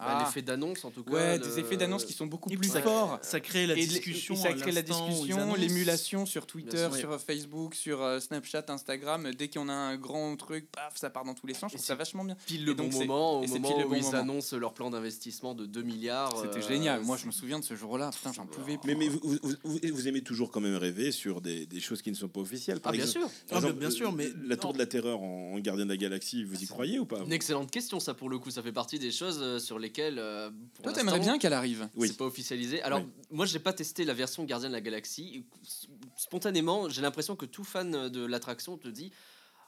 [SPEAKER 3] Bah,
[SPEAKER 2] Ah,
[SPEAKER 3] L'effet d'annonce, en tout cas.
[SPEAKER 2] ouais,
[SPEAKER 3] le-
[SPEAKER 2] des effets d'annonce qui sont beaucoup
[SPEAKER 4] euh, Et
[SPEAKER 2] plus
[SPEAKER 4] puis ça-
[SPEAKER 2] forts.
[SPEAKER 4] Ça crée la
[SPEAKER 2] Et de-
[SPEAKER 4] discussion.
[SPEAKER 2] et ça
[SPEAKER 4] à
[SPEAKER 2] crée la
[SPEAKER 4] l'instant où ils
[SPEAKER 2] discussion,
[SPEAKER 4] annoncent.
[SPEAKER 2] l'émulation sur Twitter,
[SPEAKER 3] sûr.
[SPEAKER 2] sur euh, Facebook, sur euh, Snapchat, Instagram. Dès qu'on a un grand truc, paf, ça part dans tous les sens. Je
[SPEAKER 3] Et
[SPEAKER 2] trouve ça vachement bien.
[SPEAKER 3] pile le
[SPEAKER 2] Et donc,
[SPEAKER 3] bon
[SPEAKER 2] c'est-
[SPEAKER 3] moment, au
[SPEAKER 2] et c'est
[SPEAKER 3] moment
[SPEAKER 2] pile le
[SPEAKER 3] où
[SPEAKER 2] bon
[SPEAKER 3] ils
[SPEAKER 2] moment.
[SPEAKER 3] annoncent leur plan d'investissement de 2 milliards.
[SPEAKER 2] C'était
[SPEAKER 3] euh,
[SPEAKER 2] génial. Moi, je me souviens de ce jour-là. Putain, j'en pouvais plus.
[SPEAKER 1] Mais, mais vous, vous- vous- vous aimez toujours quand même rêver sur des, des choses qui ne sont pas officielles.
[SPEAKER 3] Ah,
[SPEAKER 1] Par
[SPEAKER 3] bien
[SPEAKER 1] exemple,
[SPEAKER 3] sûr
[SPEAKER 1] par
[SPEAKER 4] Ah, bah,
[SPEAKER 1] exemple,
[SPEAKER 4] bien sûr,
[SPEAKER 1] euh,
[SPEAKER 4] mais
[SPEAKER 1] La Tour
[SPEAKER 4] non.
[SPEAKER 1] de la Terreur en, en Gardien de la Galaxie, vous y croyez ou pas
[SPEAKER 3] Une excellente question, ça, pour le coup. Ça fait partie des choses euh, sur lesquelles. euh, pour
[SPEAKER 2] Toi,
[SPEAKER 3] l'instant,
[SPEAKER 2] t'aimerais bien qu'elle arrive.
[SPEAKER 1] Oui.
[SPEAKER 3] C'est pas officialisé. Alors,
[SPEAKER 1] Oui.
[SPEAKER 3] moi, j'ai pas testé la version Gardien de la Galaxie. Spontanément, j'ai l'impression que tout fan de l'attraction te dit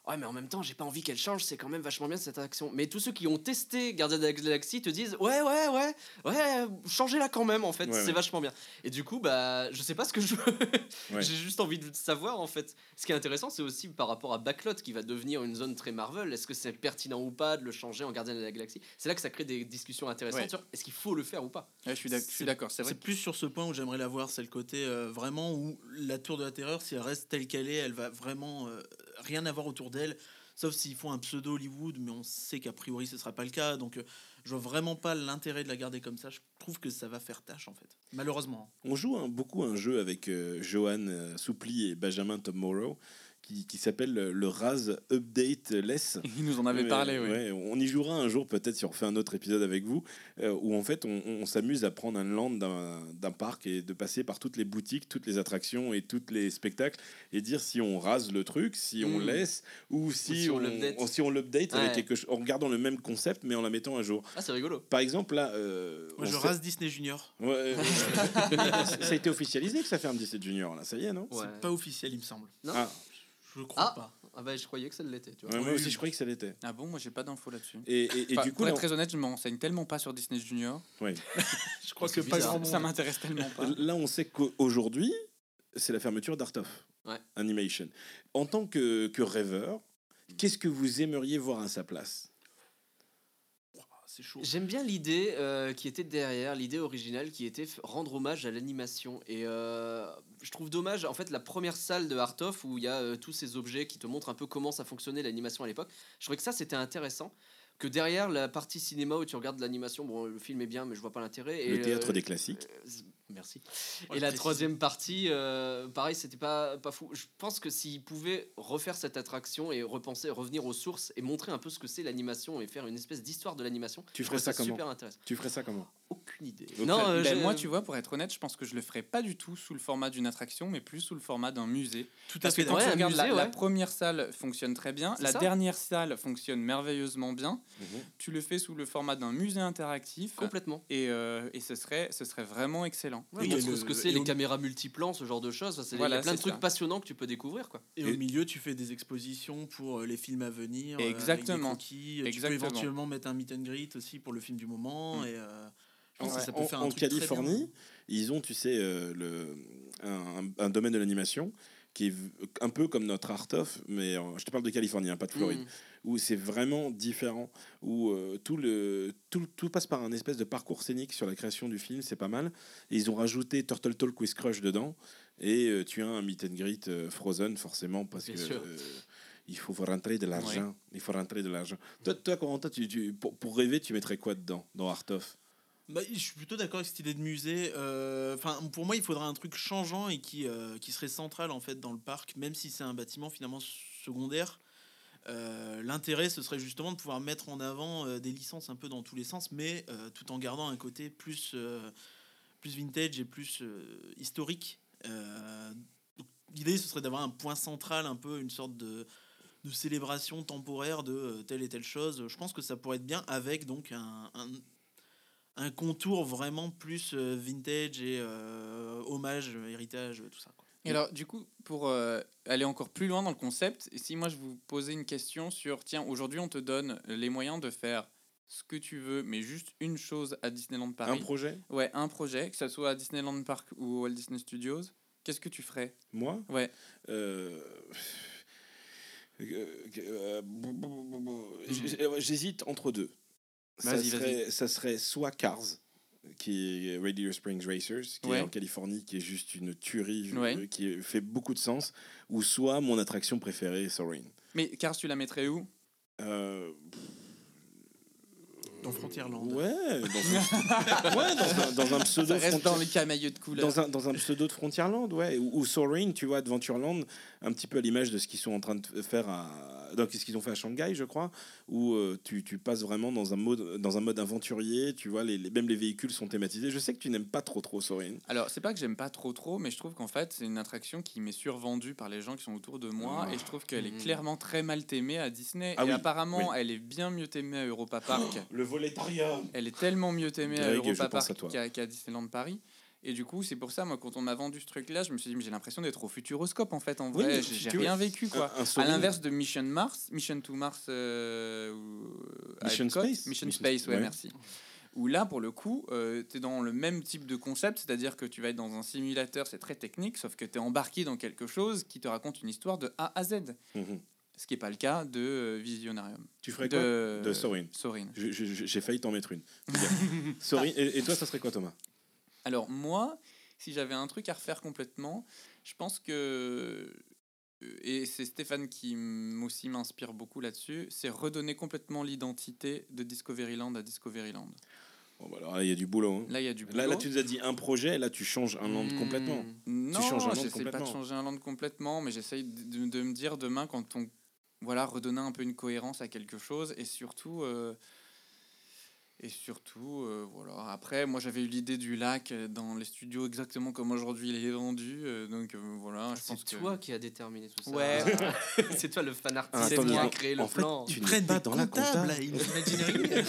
[SPEAKER 3] Ouais, mais en même temps, j'ai pas envie qu'elle change, c'est quand même vachement bien cette action. Mais tous ceux qui ont testé Gardien de la Galaxie te disent Ouais, ouais, ouais, ouais, changez-la quand même, en fait,
[SPEAKER 1] Ouais,
[SPEAKER 3] c'est
[SPEAKER 1] ouais.
[SPEAKER 3] vachement bien. Et du coup, bah, je sais pas ce que je veux.
[SPEAKER 1] Ouais.
[SPEAKER 3] J'ai juste envie de savoir, en fait. Ce qui est intéressant, c'est aussi par rapport à Backlot, qui va devenir une zone très Marvel. Est-ce que c'est pertinent ou pas de le changer en Gardien de la Galaxie C'est là que ça crée des discussions intéressantes
[SPEAKER 2] Ouais.
[SPEAKER 3] sur est-ce qu'il faut le faire ou pas
[SPEAKER 2] Ouais, je suis d'ac- je suis d'accord, c'est vrai.
[SPEAKER 4] C'est plus sur ce point où j'aimerais la voir, c'est le côté euh, vraiment où la tour de la terreur, si elle reste telle qu'elle est, elle va vraiment euh, rien avoir autour d'elle, sauf s'ils font un pseudo Hollywood, mais on sait qu'a priori ce sera pas le cas, donc euh, je vois vraiment pas l'intérêt de la garder comme ça. Je trouve que ça va faire tâche en fait, malheureusement. hein.
[SPEAKER 1] On joue un- beaucoup un jeu avec euh, Johan euh, Soupli et Benjamin Tomorrow qui, qui s'appelle euh, le Raz Update Less.
[SPEAKER 2] Il nous en avait
[SPEAKER 1] Ouais,
[SPEAKER 2] parlé, oui.
[SPEAKER 1] ouais, on y jouera un jour peut-être si on fait un autre épisode avec vous, euh, où en fait on, on s'amuse à prendre un land d'un d'un parc et de passer par toutes les boutiques, toutes les attractions et tous les spectacles et dire si on rase le truc, si
[SPEAKER 2] Hmm.
[SPEAKER 1] on
[SPEAKER 3] Mm.
[SPEAKER 1] laisse ou si,
[SPEAKER 3] si on
[SPEAKER 1] on,
[SPEAKER 3] l'update.
[SPEAKER 1] ou si on l'update avec
[SPEAKER 3] Ouais.
[SPEAKER 1] quelque chose- en gardant le même concept mais en la mettant à jour.
[SPEAKER 3] Ah, c'est rigolo.
[SPEAKER 1] Par exemple là, euh,
[SPEAKER 4] Moi,
[SPEAKER 1] on
[SPEAKER 4] je
[SPEAKER 1] sait-
[SPEAKER 4] rase Disney Junior.
[SPEAKER 1] Ouais, euh, ça a été officialisé que ça fait un 17 junior là, ça y est non
[SPEAKER 3] Ouais.
[SPEAKER 4] C'est pas officiel, il me semble.
[SPEAKER 3] Non
[SPEAKER 1] Ah,
[SPEAKER 4] Je crois
[SPEAKER 3] Ah.
[SPEAKER 4] pas.
[SPEAKER 3] Ah, bah, je croyais que ça l'était, tu vois.
[SPEAKER 1] ouais, moi
[SPEAKER 4] Oui.
[SPEAKER 1] aussi je croyais que ça l'était.
[SPEAKER 2] Ah bon, moi j'ai pas d'infos là-dessus.
[SPEAKER 1] Et, et- et
[SPEAKER 2] Enfin,
[SPEAKER 1] du coup
[SPEAKER 2] pour
[SPEAKER 1] là,
[SPEAKER 2] être très honnête, je me renseigne tellement pas sur Disney Junior.
[SPEAKER 4] Je crois
[SPEAKER 3] C'est
[SPEAKER 4] que pas
[SPEAKER 3] bizarre.
[SPEAKER 4] grand
[SPEAKER 2] Ça,
[SPEAKER 4] monde.
[SPEAKER 2] ça m'intéresse tellement pas.
[SPEAKER 1] on- là, on sait qu'aujourd'hui c'est la fermeture d'Art of
[SPEAKER 3] Ouais.
[SPEAKER 1] Animation. En tant que, que rêveur,
[SPEAKER 4] Mm.
[SPEAKER 1] qu'est-ce que vous aimeriez voir à sa place
[SPEAKER 4] Ouah, C'est chaud.
[SPEAKER 3] J'aime bien l'idée euh, qui était derrière, l'idée originale qui était f- rendre hommage à l'animation. Et euh, je trouve dommage, en fait, la première salle de Art of où il y a euh, tous ces objets qui te montrent un peu comment ça fonctionnait l'animation à l'époque. Je trouvais que ça c'était intéressant. Que derrière la partie cinéma où tu regardes l'animation, bon, le film est bien, mais je vois pas l'intérêt. Et,
[SPEAKER 1] Le théâtre
[SPEAKER 3] euh,
[SPEAKER 1] des classiques.
[SPEAKER 3] euh, z- Merci.
[SPEAKER 4] Ouais,
[SPEAKER 3] et la
[SPEAKER 4] précis.
[SPEAKER 3] troisième partie, euh, pareil, c'était pas, pas fou. Je pense que s'ils pouvaient refaire cette attraction et repenser, revenir aux sources et montrer un peu ce que c'est l'animation et faire une espèce d'histoire de l'animation,
[SPEAKER 1] Tu
[SPEAKER 3] je
[SPEAKER 1] ferais
[SPEAKER 3] trouve
[SPEAKER 1] ça comment
[SPEAKER 3] super intéressant.
[SPEAKER 1] Tu ferais ça comment
[SPEAKER 3] Aucune idée.
[SPEAKER 1] Aucune
[SPEAKER 3] Non,
[SPEAKER 1] idée.
[SPEAKER 3] euh,
[SPEAKER 2] Ben,
[SPEAKER 3] j'ai-
[SPEAKER 2] moi, tu vois, pour être honnête, je pense que je le ferai pas du tout sous le format d'une attraction, mais plus sous le format d'un musée.
[SPEAKER 4] Tout à
[SPEAKER 2] Parce que
[SPEAKER 4] fait
[SPEAKER 2] quand
[SPEAKER 3] Ouais,
[SPEAKER 2] tu
[SPEAKER 3] un
[SPEAKER 2] regardes, la,
[SPEAKER 3] musée,
[SPEAKER 2] la
[SPEAKER 3] ouais.
[SPEAKER 2] première salle fonctionne très bien,
[SPEAKER 3] C'est
[SPEAKER 2] la
[SPEAKER 3] ça.
[SPEAKER 2] dernière salle fonctionne merveilleusement bien.
[SPEAKER 1] Mhm.
[SPEAKER 2] Tu le fais sous le format d'un musée interactif.
[SPEAKER 3] complètement.
[SPEAKER 2] Et, euh, et ce, serait, ce serait vraiment excellent.
[SPEAKER 3] on
[SPEAKER 4] Ouais, et
[SPEAKER 3] trouve
[SPEAKER 4] le-
[SPEAKER 3] ce que c'est
[SPEAKER 4] et
[SPEAKER 3] les
[SPEAKER 4] au-
[SPEAKER 3] caméras multiplans, ce genre de choses. Enfin, c'est- Il y
[SPEAKER 2] Voilà,
[SPEAKER 3] a plein de
[SPEAKER 2] c'est
[SPEAKER 3] trucs
[SPEAKER 2] ça.
[SPEAKER 3] passionnants que tu peux découvrir, quoi.
[SPEAKER 4] Et,
[SPEAKER 1] Et-
[SPEAKER 4] au milieu, tu fais des expositions pour euh, les films à venir. euh, avec des
[SPEAKER 2] Exactement.
[SPEAKER 4] croquis. Tu peux
[SPEAKER 2] Exactement.
[SPEAKER 4] éventuellement mettre un meet and greet aussi pour le film du moment.
[SPEAKER 2] Mm.
[SPEAKER 4] Et, euh, je pense
[SPEAKER 1] En-
[SPEAKER 4] que ça peut
[SPEAKER 1] en-
[SPEAKER 4] faire un
[SPEAKER 1] en
[SPEAKER 4] truc très bien.
[SPEAKER 1] Californie, ils ont, tu sais, euh, le, un, un- un domaine de l'animation qui est v- un peu comme notre Art of, mais euh, je te parle de Californie, hein, pas de Floride,
[SPEAKER 3] Mm.
[SPEAKER 1] où c'est vraiment différent, où euh, tout, le, tout, tout passe par un espèce de parcours scénique sur la création du film, c'est pas mal. Et ils ont rajouté Turtle Talk with Crush dedans, et euh, tu as un meet and greet euh, Frozen, forcément, parce
[SPEAKER 3] Bien
[SPEAKER 1] que...
[SPEAKER 3] sûr.
[SPEAKER 1] euh, il faut rentrer de l'argent. Il faut rentrer de l'argent. Toi, toi, Corentin, tu, tu- pour, pour rêver, tu mettrais quoi dedans dans Art of
[SPEAKER 4] Bah, je suis plutôt d'accord avec cette idée de musée. Euh, Enfin, pour moi, il faudrait un truc changeant et qui, euh, qui serait central en fait dans le parc, même si c'est un bâtiment finalement secondaire. Euh, L'intérêt, ce serait justement de pouvoir mettre en avant euh, des licences un peu dans tous les sens, mais euh, tout en gardant un côté plus, euh, plus vintage et plus euh, historique. Euh, donc, L'idée, ce serait d'avoir un point central, un peu une sorte de, de célébration temporaire de euh, telle et telle chose. Je pense que ça pourrait être bien avec donc un- un, un contour vraiment plus euh, vintage et euh, hommage, euh, héritage, euh, tout ça. quoi.
[SPEAKER 2] Et alors, du coup, pour euh, aller encore plus loin dans le concept, si moi je vous posais une question sur, tiens, aujourd'hui on te donne les moyens de faire ce que tu veux, mais juste une chose à Disneyland
[SPEAKER 1] Un
[SPEAKER 2] Paris.
[SPEAKER 1] projet
[SPEAKER 2] ouais, un projet, que ça soit à Disneyland Park ou au Walt Disney Studios, qu'est-ce que tu ferais
[SPEAKER 1] Moi
[SPEAKER 2] Ouais.
[SPEAKER 1] Euh, euh, euh, bou- bou- bou- bou- j- euh, J'hésite entre deux. Ça
[SPEAKER 2] Vas-y,
[SPEAKER 1] serait, ça serait soit Cars, qui est Radio Springs Racers, qui
[SPEAKER 2] Ouais.
[SPEAKER 1] est en Californie, qui est juste une tuerie,
[SPEAKER 2] Ouais.
[SPEAKER 1] euh, qui fait beaucoup de sens, ou soit mon attraction préférée, Soarin'.
[SPEAKER 2] Mais car tu la mettrais où
[SPEAKER 1] Euh,
[SPEAKER 4] Dans Frontierland.
[SPEAKER 1] ouais, dans un, ouais, dans un- dans un pseudo
[SPEAKER 2] Ça reste dans
[SPEAKER 1] Frontier-
[SPEAKER 2] les camailleux de couleurs.
[SPEAKER 1] dans un, dans un pseudo de Frontierland, ouais, ou, ou Soaring, tu vois, Adventureland, un petit peu à l'image de ce qu'ils sont en train de faire à, donc ce qu'ils ont fait à Shanghai, je crois, où euh, tu, tu passes vraiment dans un mode, dans un mode aventurier, tu vois, les, les- même les véhicules sont thématisés. Je sais que tu n'aimes pas trop trop Soaring.
[SPEAKER 2] Alors, c'est pas que j'aime pas trop trop, mais je trouve qu'en fait, c'est une attraction qui m'est survendue par les gens qui sont autour de moi
[SPEAKER 1] Ah.
[SPEAKER 2] et je trouve qu'elle
[SPEAKER 3] Mhm.
[SPEAKER 2] est clairement très mal témée à Disney.
[SPEAKER 1] Ah
[SPEAKER 2] et
[SPEAKER 1] oui,
[SPEAKER 2] apparemment, elle est bien mieux témée à Europa Park.
[SPEAKER 1] Le volétariat.
[SPEAKER 2] elle est tellement mieux témée à
[SPEAKER 1] Greg, je
[SPEAKER 2] Europa
[SPEAKER 1] pense à
[SPEAKER 2] Park
[SPEAKER 1] toi.
[SPEAKER 2] qu'à qu'à Disneyland Paris. Et du coup, c'est pour ça, moi, quand on m'a vendu ce truc-là, je me suis dit, mais j'ai l'impression d'être au futuroscope, en fait, en
[SPEAKER 1] Oui,
[SPEAKER 2] vrai.
[SPEAKER 1] mais
[SPEAKER 2] j'ai
[SPEAKER 1] si
[SPEAKER 2] j'ai
[SPEAKER 1] tu veux,
[SPEAKER 2] rien vécu, quoi.
[SPEAKER 1] Un- un
[SPEAKER 2] À
[SPEAKER 1] Sony-
[SPEAKER 2] l'inverse de Mission Mars, Mission to Mars, euh, ou- à
[SPEAKER 1] Mission
[SPEAKER 2] Epcot,
[SPEAKER 1] Space
[SPEAKER 2] Mission,
[SPEAKER 1] Mission
[SPEAKER 2] Space,
[SPEAKER 1] Space,
[SPEAKER 2] ouais,
[SPEAKER 1] ouais.
[SPEAKER 2] merci. Où là, pour le coup, tu es dans le même type de concept, c'est-à-dire que tu vas être dans un simulateur, c'est très technique, sauf que tu es embarqué dans quelque chose qui te raconte une histoire de A à Z,
[SPEAKER 1] Mhm.
[SPEAKER 2] ce qui n'est pas le cas de euh, Visionarium.
[SPEAKER 1] Tu ferais quoi
[SPEAKER 2] De,
[SPEAKER 1] De Sorin.
[SPEAKER 2] Sorin.
[SPEAKER 1] Je- je- je- J'ai failli t'en mettre une. Sorin, et, et toi, ça serait quoi, Thomas
[SPEAKER 2] Alors moi, si j'avais un truc à refaire complètement, je pense que euh, et c'est Stéphane qui m- aussi m'inspire beaucoup là-dessus, c'est redonner complètement l'identité de Discoveryland à Discoveryland.
[SPEAKER 1] Bon, bah, Alors là, il y a du boulot. hein.
[SPEAKER 2] Là, il y a du boulot.
[SPEAKER 1] Là, là, tu nous as dit un projet, là, tu changes un land
[SPEAKER 2] Hmm.
[SPEAKER 1] complètement.
[SPEAKER 2] Non,
[SPEAKER 1] changes un land
[SPEAKER 2] j'essaie pas de
[SPEAKER 1] complètement.
[SPEAKER 2] changer un land complètement, mais j'essaye de, de- de me dire demain quand on voilà redonner un peu une cohérence à quelque chose et surtout euh, et surtout euh, voilà après moi j'avais eu l'idée du lac euh, dans les studios exactement comme aujourd'hui il est vendu euh, donc euh, voilà je pense
[SPEAKER 3] C'est
[SPEAKER 2] que
[SPEAKER 3] toi qui as déterminé tout ça.
[SPEAKER 2] Ouais.
[SPEAKER 3] c'est toi le fan artiste
[SPEAKER 2] C'est
[SPEAKER 3] qui
[SPEAKER 2] moi.
[SPEAKER 3] a créé le
[SPEAKER 1] Ah, en fait,
[SPEAKER 3] plan.
[SPEAKER 1] tu
[SPEAKER 4] Ils
[SPEAKER 1] n'es
[SPEAKER 4] prennent
[SPEAKER 1] pas
[SPEAKER 4] des
[SPEAKER 1] dans la compta.
[SPEAKER 4] comptables à Imagineering.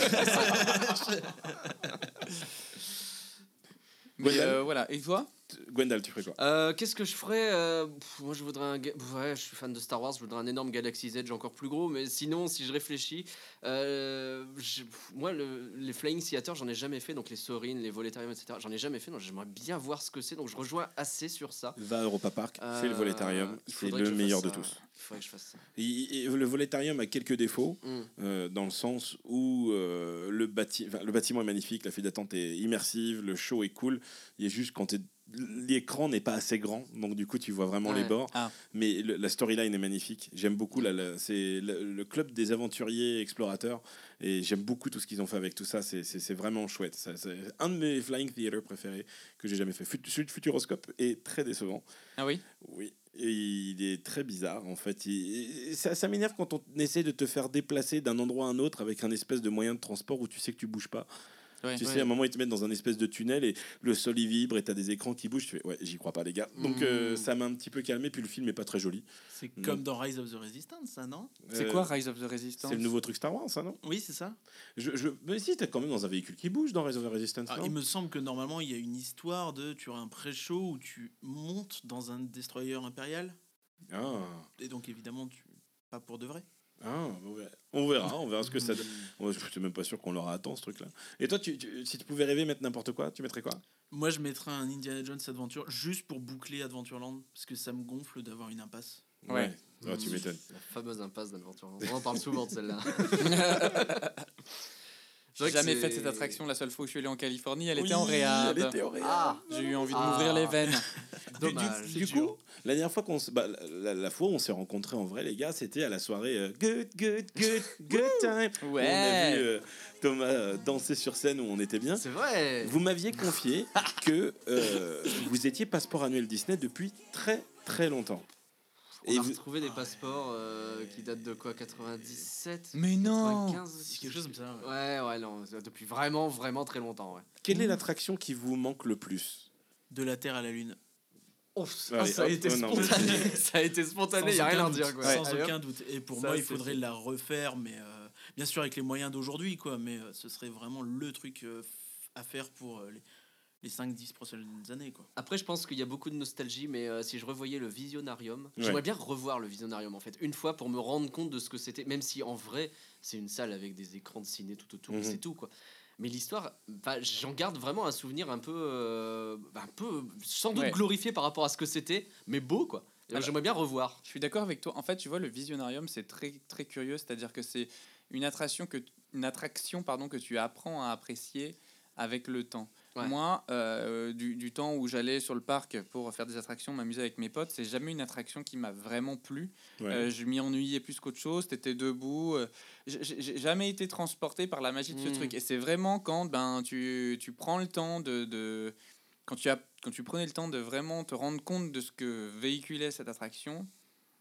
[SPEAKER 2] mais
[SPEAKER 1] Gwendal
[SPEAKER 2] euh, voilà et toi
[SPEAKER 1] Gwendal, tu ferais quoi
[SPEAKER 3] Euh, Qu'est-ce que je ferais Euh, pff, Moi, je voudrais un. ga- Ouais, je suis fan de Star Wars. Je voudrais un énorme Galaxy's Edge encore plus gros. Mais sinon, si je réfléchis, euh, je- pff, moi, le- les Flying Theater, j'en ai jamais fait. Donc les Sorin, les Voletarium, etc. J'en ai jamais fait. Donc j'aimerais bien voir ce que c'est. Donc je rejoins assez sur ça.
[SPEAKER 1] Va à Europa Park, c'est le
[SPEAKER 3] Euh,
[SPEAKER 1] Voletarium,
[SPEAKER 3] il
[SPEAKER 1] c'est
[SPEAKER 3] faudrait
[SPEAKER 1] le
[SPEAKER 3] que je fasse
[SPEAKER 1] meilleur de
[SPEAKER 3] ça.
[SPEAKER 1] tous.
[SPEAKER 3] Il faudrait que je fasse ça.
[SPEAKER 1] Il- il- le Voletarium a quelques défauts,
[SPEAKER 3] Mm.
[SPEAKER 1] euh, dans le sens où euh, le, bâti- enfin, le bâtiment est magnifique, la file d'attente est immersive, le show est cool. Il est juste quand t'es- l'écran n'est pas assez grand, donc du coup tu vois vraiment les
[SPEAKER 3] Ouais.
[SPEAKER 1] bords.
[SPEAKER 2] Ah.
[SPEAKER 1] Mais le- la storyline est magnifique. J'aime beaucoup la- la- c'est le, le club des aventuriers explorateurs et j'aime beaucoup tout ce qu'ils ont fait avec tout ça. C'est- C'est c'est vraiment chouette. Ça, C'est un de mes Flying Theater préférés que j'ai jamais fait. Fut- celui de Futuroscope est très décevant.
[SPEAKER 2] ah oui
[SPEAKER 1] Oui, et il est très bizarre en fait. Il- et ça ça m'énerve quand on essaie de te faire déplacer d'un endroit à un autre avec un espèce de moyen de transport où tu sais que tu bouges pas.
[SPEAKER 2] Ouais.
[SPEAKER 1] tu sais,
[SPEAKER 3] Ouais.
[SPEAKER 1] à un moment, ils te mettent dans un espèce de tunnel et le sol il vibre et t'as des écrans qui bougent. Tu fais, ouais, j'y crois pas, les gars. Donc
[SPEAKER 3] Mm.
[SPEAKER 1] euh, ça m'a un petit peu calmé. Puis le film est pas très joli.
[SPEAKER 4] C'est
[SPEAKER 1] Non.
[SPEAKER 4] comme dans Rise of the Resistance, ça, non
[SPEAKER 2] c'est
[SPEAKER 1] Euh,
[SPEAKER 2] quoi Rise of the Resistance
[SPEAKER 1] C'est le nouveau truc Star Wars, ça, non
[SPEAKER 4] Oui, c'est ça.
[SPEAKER 1] je, je- Mais si, t'es quand même dans un véhicule qui bouge dans Rise of the Resistance.
[SPEAKER 4] Ah,
[SPEAKER 1] non
[SPEAKER 4] il me semble que normalement, il y a une histoire de tu as un pré-show où tu montes dans un destroyer impérial.
[SPEAKER 1] Ah,
[SPEAKER 4] Et donc, évidemment, tu... pas pour de vrai.
[SPEAKER 1] ah, on verra- on verra, on verra ce que ça donne. Ouais, Je suis même pas sûr qu'on l'aura à temps, ce truc-là. Et toi, tu- tu- si tu pouvais rêver, mettre n'importe quoi, tu mettrais quoi
[SPEAKER 4] Moi, je mettrais un Indiana Jones Adventure juste pour boucler Adventureland parce que ça me gonfle d'avoir une impasse.
[SPEAKER 2] Ouais.
[SPEAKER 1] Ouais, Ah, tu m'étonnes.
[SPEAKER 3] La fameuse impasse d'Adventureland. On en parle souvent de celle-là.
[SPEAKER 2] j'ai
[SPEAKER 3] C'est vrai que
[SPEAKER 2] jamais
[SPEAKER 3] c'est-
[SPEAKER 2] fait cette attraction la seule fois où je suis allé en Californie elle
[SPEAKER 1] Oui,
[SPEAKER 2] était en réhab
[SPEAKER 1] Elle était en réhab.
[SPEAKER 3] Ah,
[SPEAKER 2] j'ai eu envie de
[SPEAKER 3] Ah.
[SPEAKER 2] m'ouvrir les veines
[SPEAKER 3] dommage.
[SPEAKER 1] Du coup, la dernière fois qu'on se, bah, la, la- la fois où on s'est rencontrés en vrai, les gars, c'était à la soirée euh, Good Good Good Good Time. où On a vu euh, Thomas euh, danser sur scène où on était bien.
[SPEAKER 3] c'est vrai.
[SPEAKER 1] Vous m'aviez confié que euh, vous étiez passeport annuel Disney depuis très très longtemps.
[SPEAKER 3] On
[SPEAKER 1] Et
[SPEAKER 3] a
[SPEAKER 1] vous-
[SPEAKER 3] retrouvé des passeports euh, qui datent de quoi 97
[SPEAKER 2] mais non
[SPEAKER 3] 95
[SPEAKER 4] C'est quelque chose comme ça. ouais.
[SPEAKER 3] Ouais, ouais, non, depuis vraiment, vraiment très longtemps, ouais.
[SPEAKER 1] Quelle est l'attraction qui vous manque le plus
[SPEAKER 4] De la Terre à la Lune.
[SPEAKER 3] Ouf,
[SPEAKER 1] Allez,
[SPEAKER 3] Ah, ça, a
[SPEAKER 1] hop,
[SPEAKER 3] été
[SPEAKER 1] oh, non,
[SPEAKER 3] spontané, ça a été spontané,
[SPEAKER 4] Sans
[SPEAKER 3] y a rien
[SPEAKER 4] aucun
[SPEAKER 3] à dire,
[SPEAKER 4] doute,
[SPEAKER 3] quoi.
[SPEAKER 4] Sans
[SPEAKER 3] Allez, hop.
[SPEAKER 4] aucun doute. Et pour
[SPEAKER 3] Ça,
[SPEAKER 4] moi, il
[SPEAKER 3] c'est
[SPEAKER 4] faudrait
[SPEAKER 3] fait.
[SPEAKER 4] la refaire, mais euh, bien sûr avec les moyens d'aujourd'hui, quoi. Mais euh, ce serait vraiment le truc euh, f- à faire pour euh, les, les 5-10 prochaines années, quoi.
[SPEAKER 3] Après, je pense qu'il y a beaucoup de nostalgie, mais euh, si je revoyais le Visionarium,
[SPEAKER 1] Ouais.
[SPEAKER 3] j'aimerais bien revoir le Visionarium en fait, une fois pour me rendre compte de ce que c'était, même si en vrai, c'est une salle avec des écrans de ciné tout autour,
[SPEAKER 1] Mhm.
[SPEAKER 3] c'est tout quoi. Mais l'histoire, bah, j'en garde vraiment un souvenir un peu, euh, bah, un peu sans doute
[SPEAKER 2] Ouais.
[SPEAKER 3] glorifié par rapport à ce que c'était, mais beau quoi. Et donc,
[SPEAKER 2] Alors-
[SPEAKER 3] J'aimerais bien revoir.
[SPEAKER 2] Je suis d'accord avec toi. En fait, tu vois, le Visionarium, c'est très, très curieux. C'est-à-dire que c'est une attraction que, t- une attraction, pardon, que tu apprends à apprécier avec le temps.
[SPEAKER 3] Ouais.
[SPEAKER 2] Moi, euh, du, du temps où j'allais sur le parc pour faire des attractions, m'amuser avec mes potes, c'est jamais une attraction qui m'a vraiment plu.
[SPEAKER 1] Ouais.
[SPEAKER 2] Euh, je m'y ennuyais plus qu'autre chose. T'étais debout. euh, j'ai- j'ai j'ai jamais été transporté par la magie de ce
[SPEAKER 1] Hmm.
[SPEAKER 3] Mm.
[SPEAKER 2] truc. Et c'est vraiment quand ben, tu, tu prends le temps de, de- quand, tu as, quand tu prenais le temps de vraiment te rendre compte de ce que véhiculait cette attraction,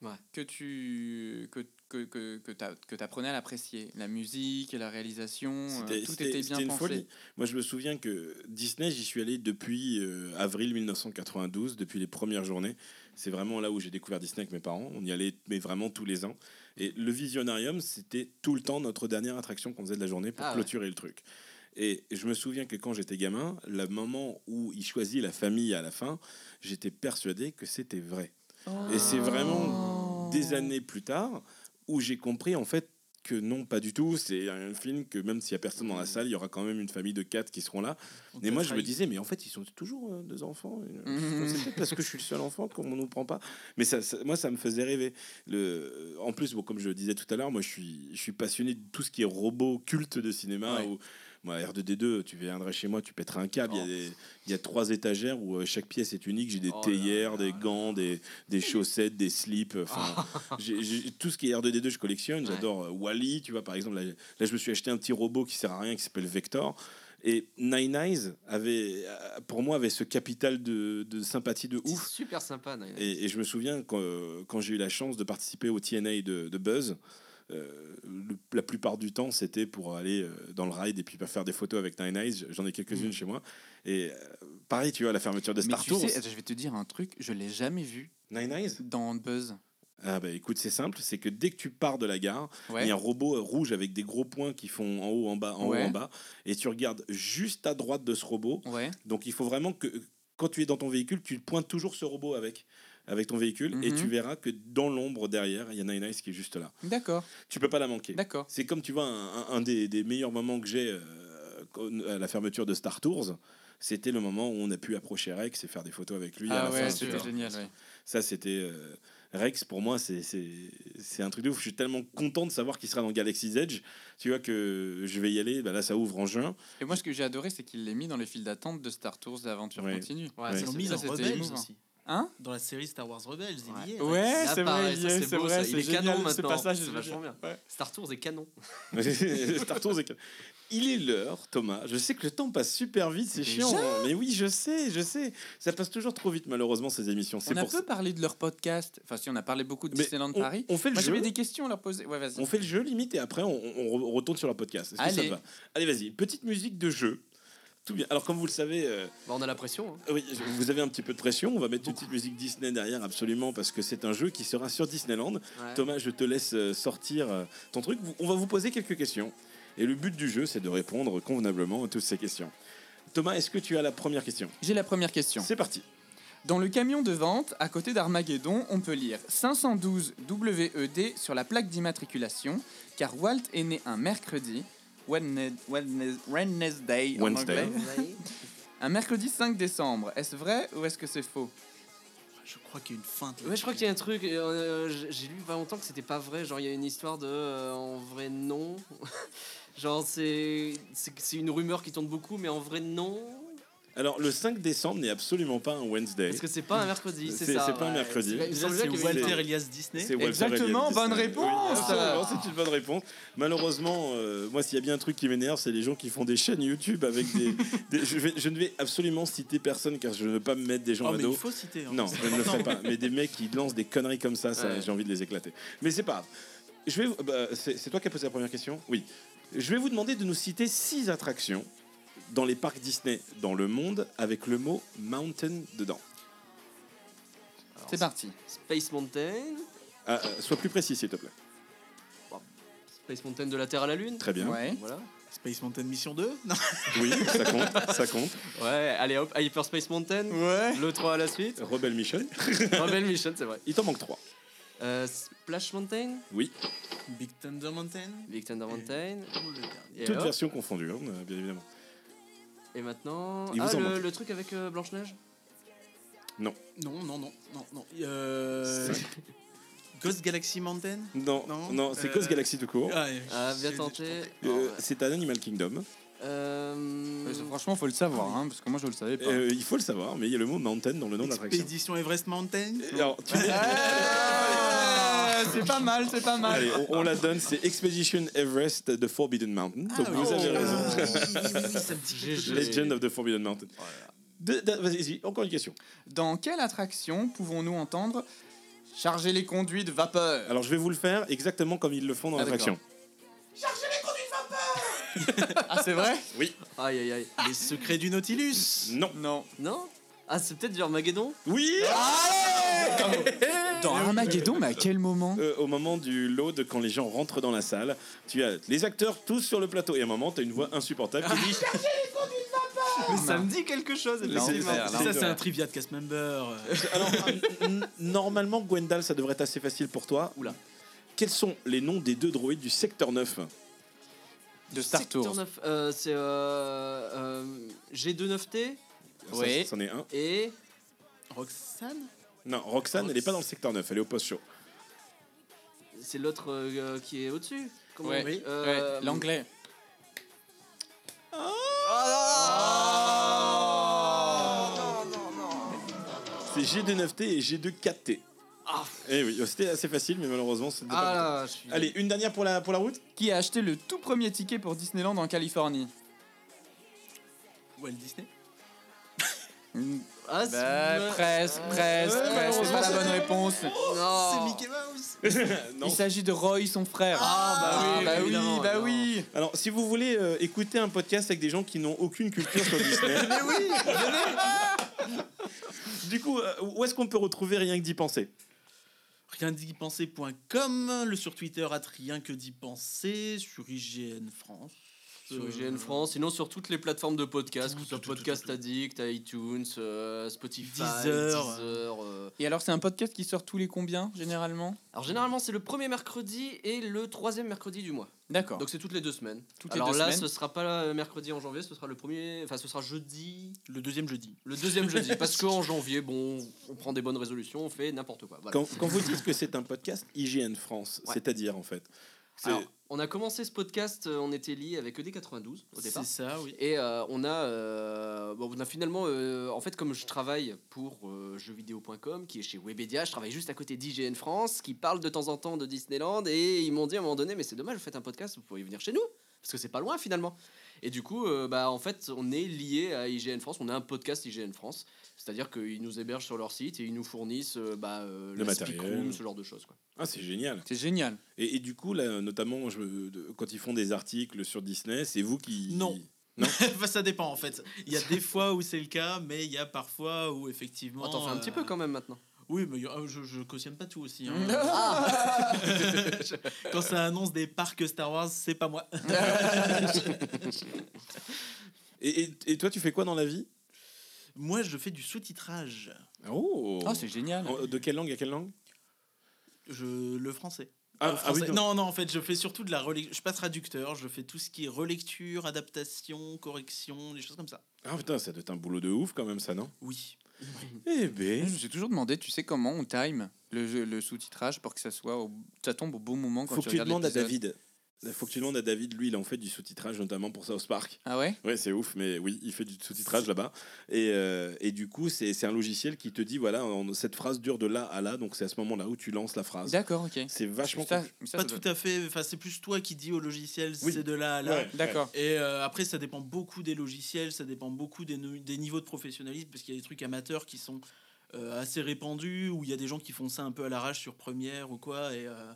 [SPEAKER 3] Ouais.
[SPEAKER 2] que tu que, que, que, que t'a- que t'apprenais à l'apprécier. La musique, la réalisation, euh,
[SPEAKER 1] C'était-
[SPEAKER 2] tout
[SPEAKER 1] c'était-
[SPEAKER 2] était
[SPEAKER 1] c'était
[SPEAKER 2] bien
[SPEAKER 1] une
[SPEAKER 2] pensé.
[SPEAKER 1] folie. Moi, je me souviens que Disney, j'y suis allé depuis euh, avril 1992, depuis les premières journées. C'est vraiment là où j'ai découvert Disney avec mes parents. On y allait, mais vraiment tous les ans. Et le Visionarium, c'était tout le temps notre dernière attraction qu'on faisait de la journée pour
[SPEAKER 3] Ah ouais.
[SPEAKER 1] clôturer le truc. Et je me souviens que quand j'étais gamin, le moment où il choisit la famille à la fin, j'étais persuadé que c'était vrai. Et c'est vraiment
[SPEAKER 2] Oh.
[SPEAKER 1] des années plus tard où j'ai compris en fait que non, pas du tout. C'est un film que même s'il y a personne dans la salle, il y aura quand même une famille de quatre qui seront là.
[SPEAKER 4] On
[SPEAKER 1] Et moi,
[SPEAKER 4] t'a
[SPEAKER 1] je me
[SPEAKER 4] trahi.
[SPEAKER 1] disais, mais en fait, ils sont toujours euh, deux enfants. Et, euh,
[SPEAKER 3] Mm.
[SPEAKER 2] Mhm.
[SPEAKER 1] C'est peut-être parce que je suis le seul enfant qu'on ne nous prend pas. Mais ça, ça- moi, ça me faisait rêver. Le, euh, en plus, bon, comme je le disais tout à l'heure, moi, je suis, je suis passionné de tout ce qui est robot culte de cinéma.
[SPEAKER 3] Ouais.
[SPEAKER 1] Où, moi, R2D2, tu viendrais chez moi, tu pèterais un câble. Il y a des- il y, a trois étagères où euh, chaque pièce est unique. J'ai des
[SPEAKER 3] Oh là
[SPEAKER 1] théières,
[SPEAKER 3] là
[SPEAKER 1] des
[SPEAKER 3] là
[SPEAKER 1] gants, des, des chaussettes, des slips. euh, Enfin, j'ai- j'ai- tout ce qui est R2D2, je collectionne.
[SPEAKER 3] Ouais.
[SPEAKER 1] J'adore euh, Wally, tu vois, par exemple. Là, là, je me suis acheté un petit robot qui sert à rien qui s'appelle Vector. Et Nine Eyes avait, euh, pour moi, avait ce capital de, de sympathie de
[SPEAKER 3] C'est
[SPEAKER 1] ouf.
[SPEAKER 3] super sympa. Nine Inch
[SPEAKER 1] Et, et je me souviens quand, euh, quand j'ai eu la chance de participer au TNA de, de Buzz, euh, le- la plupart du temps c'était pour aller euh, dans le ride et puis faire des photos avec Nine Eyes. J'en ai quelques-unes chez moi. Et euh, pareil, tu vois, la fermeture des
[SPEAKER 2] Mm. Mais
[SPEAKER 1] Star
[SPEAKER 2] tu
[SPEAKER 1] Tours.
[SPEAKER 2] sais, attends, je vais te dire un truc, je l'ai jamais vu
[SPEAKER 1] Nine Eyes
[SPEAKER 2] dans Buzz.
[SPEAKER 1] Ah bah écoute, c'est simple, c'est que dès que tu pars de la gare, il
[SPEAKER 2] Ouais.
[SPEAKER 1] y a un robot euh, rouge avec des gros points qui font en haut, en bas, en
[SPEAKER 2] Ouais.
[SPEAKER 1] haut, en bas. Et tu regardes juste à droite de ce robot.
[SPEAKER 2] Ouais.
[SPEAKER 1] Donc il faut vraiment que quand tu es dans ton véhicule, tu pointes toujours ce robot avec avec ton véhicule et
[SPEAKER 2] Mhm.
[SPEAKER 1] tu verras que dans l'ombre derrière, il y en a une Eyes qui est juste là.
[SPEAKER 2] D'accord.
[SPEAKER 1] Tu peux pas la manquer.
[SPEAKER 2] D'accord.
[SPEAKER 1] C'est comme tu vois un, un- un des, des meilleurs moments que j'ai euh, qu'on- à la fermeture de Star Tours. C'était le moment où on a pu approcher Rex et faire des photos avec lui. à
[SPEAKER 2] Ah
[SPEAKER 1] la
[SPEAKER 2] ouais,
[SPEAKER 1] fin,
[SPEAKER 2] c'était
[SPEAKER 1] tu vois.
[SPEAKER 2] génial. ouais.
[SPEAKER 1] Ça, c'était euh, Rex. Pour moi, c'est c'est- c'est un truc de ouf. Je suis tellement content de savoir qu'il sera dans Galaxy's Edge. Tu vois que je vais y aller. Bah, là, ça ouvre en juin.
[SPEAKER 2] Et moi, ce que j'ai adoré, c'est qu'il l'ait mis dans les files d'attente de Star Tours d'Aventure
[SPEAKER 1] Ouais.
[SPEAKER 2] Continue.
[SPEAKER 3] Ouais,
[SPEAKER 1] Ouais.
[SPEAKER 3] ça,
[SPEAKER 4] Ils l'ont
[SPEAKER 3] c'est
[SPEAKER 4] mis
[SPEAKER 3] bien.
[SPEAKER 4] en
[SPEAKER 2] c'était
[SPEAKER 4] Rebels
[SPEAKER 2] émouvant.
[SPEAKER 4] aussi.
[SPEAKER 2] Hein
[SPEAKER 4] Dans la série Star Wars Rebels, il y est.
[SPEAKER 2] Ouais,
[SPEAKER 3] Là,
[SPEAKER 2] Eh, c'est vrai,
[SPEAKER 3] pareil,
[SPEAKER 2] il
[SPEAKER 3] ça,
[SPEAKER 2] y est,
[SPEAKER 3] c'est
[SPEAKER 2] c'est
[SPEAKER 3] beau, ça.
[SPEAKER 2] vrai,
[SPEAKER 3] Il
[SPEAKER 2] c'est
[SPEAKER 3] est canon
[SPEAKER 2] génial ce
[SPEAKER 3] maintenant.
[SPEAKER 2] passage.
[SPEAKER 3] C'est
[SPEAKER 2] est
[SPEAKER 3] vachement
[SPEAKER 2] génial. Ouais.
[SPEAKER 3] Star Tours est canon. Bah,
[SPEAKER 1] Star Tours est- Il est l'heure, Thomas. Je sais que le temps passe super vite, c'est
[SPEAKER 2] Déjà
[SPEAKER 1] chiant. Mais oui, je sais, je sais. Ça passe toujours trop vite, malheureusement, ces émissions. C'est
[SPEAKER 2] On a
[SPEAKER 1] pour
[SPEAKER 2] peu
[SPEAKER 1] ça.
[SPEAKER 2] parlé de leur podcast. Enfin, si on a parlé beaucoup de
[SPEAKER 1] Mais
[SPEAKER 2] Disneyland
[SPEAKER 1] on-
[SPEAKER 2] Paris.
[SPEAKER 1] On fait le
[SPEAKER 2] Moi,
[SPEAKER 1] jeu.
[SPEAKER 2] j'avais des questions à leur poser. Ouais, vas-y.
[SPEAKER 1] On fait le jeu limite et après on, on- on re- retourne sur le podcast. Est-ce que ça
[SPEAKER 2] Allez.
[SPEAKER 1] te va Allez, vas-y, petite musique de jeu. Tout bien. Alors, comme vous le savez, euh,
[SPEAKER 3] Bah, on a la pression. hein.
[SPEAKER 1] oui, vous avez un petit peu de pression. On va mettre une petite musique Disney derrière, absolument, parce que c'est un jeu qui sera sur Disneyland.
[SPEAKER 3] Ouais.
[SPEAKER 1] Thomas, je te laisse euh, sortir euh, ton truc. Vous- On va vous poser quelques questions. Et le but du jeu, c'est de répondre convenablement à toutes ces questions. Thomas, est-ce que tu as la première question
[SPEAKER 2] J'ai la première question.
[SPEAKER 1] C'est parti.
[SPEAKER 2] Dans le camion de vente, à côté d'Armageddon, on peut lire 512 WED E sur la plaque d'immatriculation, car Walt est né un mercredi, Wedne- Wednes- Wednesday en
[SPEAKER 1] Wednesday.
[SPEAKER 2] anglais, un mercredi 5 décembre. Est-ce vrai ou est-ce que c'est faux
[SPEAKER 4] Je crois qu'il y a une feinte.
[SPEAKER 3] Ouais, je crois qu'il y a un truc. euh, j- J'ai lu pas longtemps que c'était pas vrai. Genre, il y a une histoire de. euh, en vrai, non. Genre, c'est c'est c'est une rumeur qui tourne beaucoup, mais en vrai, non.
[SPEAKER 1] Alors, le 5 décembre n'est absolument pas un Wednesday.
[SPEAKER 3] Parce que c'est pas un mercredi, c'est
[SPEAKER 1] C'est-
[SPEAKER 3] ça.
[SPEAKER 1] c'est pas un mercredi.
[SPEAKER 3] Il me
[SPEAKER 4] Déjà,
[SPEAKER 3] semblait
[SPEAKER 4] c'est
[SPEAKER 3] qu'il y avait une-
[SPEAKER 4] Walter Elias Disney.
[SPEAKER 1] C'est Walter
[SPEAKER 2] Exactement,
[SPEAKER 1] Elliott Disney.
[SPEAKER 2] bonne réponse.
[SPEAKER 1] Oui, absolument, c'est une bonne réponse. Malheureusement, euh, moi, s'il y a bien un truc qui m'énerve, c'est les gens qui font des chaînes YouTube avec des. des- je, vais- je ne vais absolument citer personne car je ne veux pas me mettre des gens
[SPEAKER 4] Oh,
[SPEAKER 1] à
[SPEAKER 4] mais
[SPEAKER 1] dos.
[SPEAKER 4] il faut citer. hein.
[SPEAKER 1] Non, je ne le ferai pas. Mais des mecs qui lancent des conneries comme ça, ça,
[SPEAKER 3] Ouais.
[SPEAKER 1] j'ai envie de les éclater. Mais c'est pas grave. Je vais. vous- bah, c'est c'est toi qui as posé la première question. Oui. Je vais vous demander de nous citer six attractions dans les parcs Disney dans le monde avec le mot mountain dedans.
[SPEAKER 3] Alors,
[SPEAKER 2] C'est parti.
[SPEAKER 3] Space Mountain.
[SPEAKER 1] Ah, euh, sois plus précis, s'il te plaît.
[SPEAKER 3] Space Mountain de la Terre à la Lune.
[SPEAKER 1] Très bien.
[SPEAKER 2] Ouais.
[SPEAKER 3] Voilà.
[SPEAKER 4] Space Mountain Mission 2 Non.
[SPEAKER 1] Oui, ça compte. Ça compte.
[SPEAKER 3] Ouais, allez hop, Hyperspace Mountain.
[SPEAKER 2] Ouais.
[SPEAKER 3] Le 3 à la suite.
[SPEAKER 1] Rebelle Mission.
[SPEAKER 3] Rebel Mission, c'est vrai.
[SPEAKER 1] Il t'en manque trois.
[SPEAKER 3] Euh, Splash Mountain.
[SPEAKER 1] Oui,
[SPEAKER 4] Big Thunder Mountain
[SPEAKER 3] Big Thunder Mountain.
[SPEAKER 4] Oh, le dernier.
[SPEAKER 3] Et,
[SPEAKER 1] toutes
[SPEAKER 3] hop.
[SPEAKER 1] versions confondues, hein, bien évidemment.
[SPEAKER 3] Et maintenant.
[SPEAKER 1] Il
[SPEAKER 3] ah,
[SPEAKER 1] vous en
[SPEAKER 3] le,
[SPEAKER 1] manque.
[SPEAKER 3] le truc avec euh, Blanche-Neige
[SPEAKER 4] Non, non, non, non, non. Euh... Ghost Galaxy Mountain
[SPEAKER 1] Non, non,
[SPEAKER 4] Non,
[SPEAKER 1] c'est
[SPEAKER 4] euh,
[SPEAKER 1] Ghost Galaxy tout court.
[SPEAKER 4] Ah, euh,
[SPEAKER 3] Ah, bien
[SPEAKER 4] j'ai-
[SPEAKER 3] tenté.
[SPEAKER 1] Euh,
[SPEAKER 3] Ah, ouais.
[SPEAKER 1] c'est un Animal Kingdom.
[SPEAKER 3] Euh,
[SPEAKER 2] Euh, Franchement, faut le savoir, hein, parce que moi, je le savais pas.
[SPEAKER 1] Euh, il faut le savoir, mais il y a le mot mountain dans le nom de l'attraction.
[SPEAKER 4] Expédition Everest Mountain
[SPEAKER 1] Alors, tu-
[SPEAKER 2] Ah, c'est pas mal, c'est pas mal.
[SPEAKER 1] Allez, on, on la donne, c'est Expedition Everest de Forbidden Mountain. Donc
[SPEAKER 4] Ah,
[SPEAKER 1] vous
[SPEAKER 4] oui.
[SPEAKER 1] avez
[SPEAKER 4] Oh,
[SPEAKER 1] raison.
[SPEAKER 4] oui, oui, oui, oui, ça me dit quelque chose.
[SPEAKER 1] Legend of the Forbidden Mountain. De- de- vas-y, vas-y, encore une question.
[SPEAKER 2] Dans quelle attraction pouvons-nous entendre charger les conduits de vapeur
[SPEAKER 1] Alors je vais vous le faire exactement comme ils le font dans
[SPEAKER 3] Ah,
[SPEAKER 1] l'attraction.
[SPEAKER 2] Ah, c'est vrai
[SPEAKER 3] Aïe aïe aïe.
[SPEAKER 4] Les secrets du Nautilus
[SPEAKER 1] Non.
[SPEAKER 2] Non.
[SPEAKER 3] Non Ah, c'est peut-être du Armageddon
[SPEAKER 1] Oui
[SPEAKER 2] Allez Dans Armageddon, mais à quel moment
[SPEAKER 1] Euh, au moment du load, quand les gens rentrent dans la salle, tu as les acteurs tous sur le plateau. Et à un moment, tu as une voix insupportable qui dit
[SPEAKER 3] Mais ça me dit quelque chose.
[SPEAKER 1] Non,
[SPEAKER 3] effectivement.
[SPEAKER 1] c'est-
[SPEAKER 4] Ça, c'est un trivia de cast member. euh,
[SPEAKER 1] Alors, n- normalement, Gwendal, ça devrait être assez facile pour toi.
[SPEAKER 3] Oula.
[SPEAKER 1] Quels sont les noms des deux droïdes du secteur 9
[SPEAKER 2] De Star
[SPEAKER 3] Secteur
[SPEAKER 2] Tours.
[SPEAKER 3] neuf, euh, c'est euh, euh, G29T
[SPEAKER 1] Ça,
[SPEAKER 2] Oui.
[SPEAKER 1] C'en est un.
[SPEAKER 3] et
[SPEAKER 4] Roxane
[SPEAKER 1] Non, Roxane, elle n'est pas dans le secteur 9, elle est au post show.
[SPEAKER 3] c'est l'autre euh, qui est au-dessus. Comment
[SPEAKER 2] Ouais,
[SPEAKER 3] on dit
[SPEAKER 2] ouais,
[SPEAKER 3] Euh,
[SPEAKER 2] l'anglais.
[SPEAKER 1] C'est G29T et G2-4T.
[SPEAKER 3] Ah.
[SPEAKER 1] Eh oui, c'était assez facile, mais malheureusement, c'était
[SPEAKER 3] Ah
[SPEAKER 1] pas
[SPEAKER 3] là, là, je suis.
[SPEAKER 1] bon. Allez, une dernière pour la, pour la route
[SPEAKER 2] Qui a acheté le tout premier ticket pour Disneyland en Californie
[SPEAKER 4] Walt Disney
[SPEAKER 3] Ah, c'est-
[SPEAKER 2] Hmm, Bah, presque, presque,
[SPEAKER 1] Ouais,
[SPEAKER 2] presque. C'est pas la
[SPEAKER 1] malheureusement,
[SPEAKER 2] bonne réponse.
[SPEAKER 3] Non.
[SPEAKER 4] Mouse
[SPEAKER 1] Non.
[SPEAKER 2] Il s'agit de Roy, son frère.
[SPEAKER 3] Ah, bah oui,
[SPEAKER 2] bah oui,
[SPEAKER 3] évidemment,
[SPEAKER 2] bah
[SPEAKER 3] évidemment.
[SPEAKER 2] oui.
[SPEAKER 1] Alors, si vous voulez euh, écouter un podcast avec des gens qui n'ont aucune culture sur Disney. mais oui Du coup, euh, où est-ce qu'on peut retrouver rien que d'y penser
[SPEAKER 4] Rien d'y penser.com, le sur Twitter, at rien que d'y penser, sur IGN France.
[SPEAKER 3] Sur
[SPEAKER 4] euh,
[SPEAKER 3] IGN France, sinon sur toutes les plateformes de podcast, que
[SPEAKER 4] tout,
[SPEAKER 3] ce soit
[SPEAKER 4] tout, tout,
[SPEAKER 3] Podcast
[SPEAKER 4] tout.
[SPEAKER 3] Addict, iTunes, euh, Spotify,
[SPEAKER 4] Deezer.
[SPEAKER 3] Deezer, euh.
[SPEAKER 2] Et alors, c'est un podcast qui sort tous les combien, généralement
[SPEAKER 3] Alors généralement, c'est le premier mercredi et le troisième mercredi du mois.
[SPEAKER 4] Ah.
[SPEAKER 2] D'accord.
[SPEAKER 3] Donc c'est toutes les deux semaines.
[SPEAKER 2] Toutes les
[SPEAKER 3] Alors
[SPEAKER 2] deux
[SPEAKER 3] là,
[SPEAKER 2] semaines.
[SPEAKER 3] ce sera pas euh, mercredi en janvier, ce sera le premier, enfin ce sera jeudi,
[SPEAKER 4] Le deuxième jeudi.
[SPEAKER 3] le deuxième jeudi, parce qu'en janvier, bon, on prend des bonnes résolutions, on fait n'importe quoi. Voilà.
[SPEAKER 1] Quand, quand vous dites que c'est un podcast IGN France,
[SPEAKER 3] Ouais.
[SPEAKER 1] c'est-à-dire en fait. C'est-
[SPEAKER 3] Alors, on a commencé ce podcast, euh, on était lié avec ED92 au départ.
[SPEAKER 4] C'est ça, oui.
[SPEAKER 3] Et euh, on a, euh, bon, on a finalement, euh, en fait, comme je travaille pour euh, jeuxvideo.com, qui est chez Webedia, je travaille juste à côté d'IGN France, qui parle de temps en temps de Disneyland, et ils m'ont dit à un moment donné, mais c'est dommage, vous faites un podcast, vous pourriez venir chez nous, parce que c'est pas loin finalement. Et du coup, euh, bah, en fait, on est lié à IGN France, on a un podcast IGN France, c'est-à-dire qu'ils nous hébergent sur leur site et ils nous fournissent euh, bah, euh,
[SPEAKER 1] Le
[SPEAKER 3] la
[SPEAKER 1] matériel.
[SPEAKER 3] speak room, ce genre de choses. Quoi.
[SPEAKER 1] Ah, c'est génial.
[SPEAKER 2] C'est génial.
[SPEAKER 1] Et, et du coup, là, notamment, je, de- quand ils font des articles sur Disney, c'est vous qui.
[SPEAKER 4] Non. Enfin, ça dépend en fait. Il y a des fois où c'est le cas, mais il y a parfois où effectivement.
[SPEAKER 3] Attends, Oh, fais un petit
[SPEAKER 4] euh,
[SPEAKER 3] peu quand même maintenant.
[SPEAKER 4] Oui, mais il y a- je, je cautionne pas tout aussi. hein.
[SPEAKER 3] Mm.
[SPEAKER 4] Quand ça annonce des parcs Star Wars, c'est pas moi.
[SPEAKER 1] Et, et- et toi, tu fais quoi dans la vie
[SPEAKER 4] Moi, je fais du sous-titrage.
[SPEAKER 1] Oh,
[SPEAKER 2] Oh, c'est génial.
[SPEAKER 1] En- De quelle langue à quelle langue
[SPEAKER 4] Je le français.
[SPEAKER 1] Ah,
[SPEAKER 4] Le
[SPEAKER 1] ah oui,
[SPEAKER 4] français. non, non, en fait, je fais surtout de la relecture. Je suis pas traducteur, je fais tout ce qui est relecture, adaptation, correction, des choses comme ça.
[SPEAKER 1] Ah putain, ça doit être un boulot de ouf quand même, ça, non
[SPEAKER 4] Oui.
[SPEAKER 1] Eh
[SPEAKER 2] Je
[SPEAKER 1] ben.
[SPEAKER 2] me suis toujours demandé, tu sais comment on time le, jeu- le sous-titrage pour que ça soit, au- ça tombe au bon moment quand
[SPEAKER 1] Faut
[SPEAKER 2] tu
[SPEAKER 1] que tu
[SPEAKER 2] regardes
[SPEAKER 1] demandes à
[SPEAKER 2] l'épisode.
[SPEAKER 1] David. Faut que tu demandes à David, lui, il en fait du sous-titrage, notamment pour South Park.
[SPEAKER 2] Ah ouais
[SPEAKER 1] Ouais, c'est ouf, mais oui, il fait du sous-titrage là-bas. Et, euh, et du coup, c'est c'est un logiciel qui te dit voilà, on- cette phrase dure de là à là, donc c'est à ce moment-là où tu lances la phrase.
[SPEAKER 2] D'accord, ok.
[SPEAKER 1] C'est vachement
[SPEAKER 2] Ça-
[SPEAKER 1] compliqué.
[SPEAKER 2] mais ça,
[SPEAKER 4] pas
[SPEAKER 2] ça doit-
[SPEAKER 4] tout à fait. Enfin, c'est plus toi qui dis au logiciel,
[SPEAKER 1] Oui.
[SPEAKER 4] c'est de là à là.
[SPEAKER 1] Ouais.
[SPEAKER 2] D'accord.
[SPEAKER 4] Et euh, après, ça dépend beaucoup des logiciels, ça dépend beaucoup des, no- des niveaux de professionnalisme, parce qu'il y a des trucs amateurs qui sont euh, assez répandus, où il y a des gens qui font ça un peu à l'arrache sur Première ou quoi. Et, euh,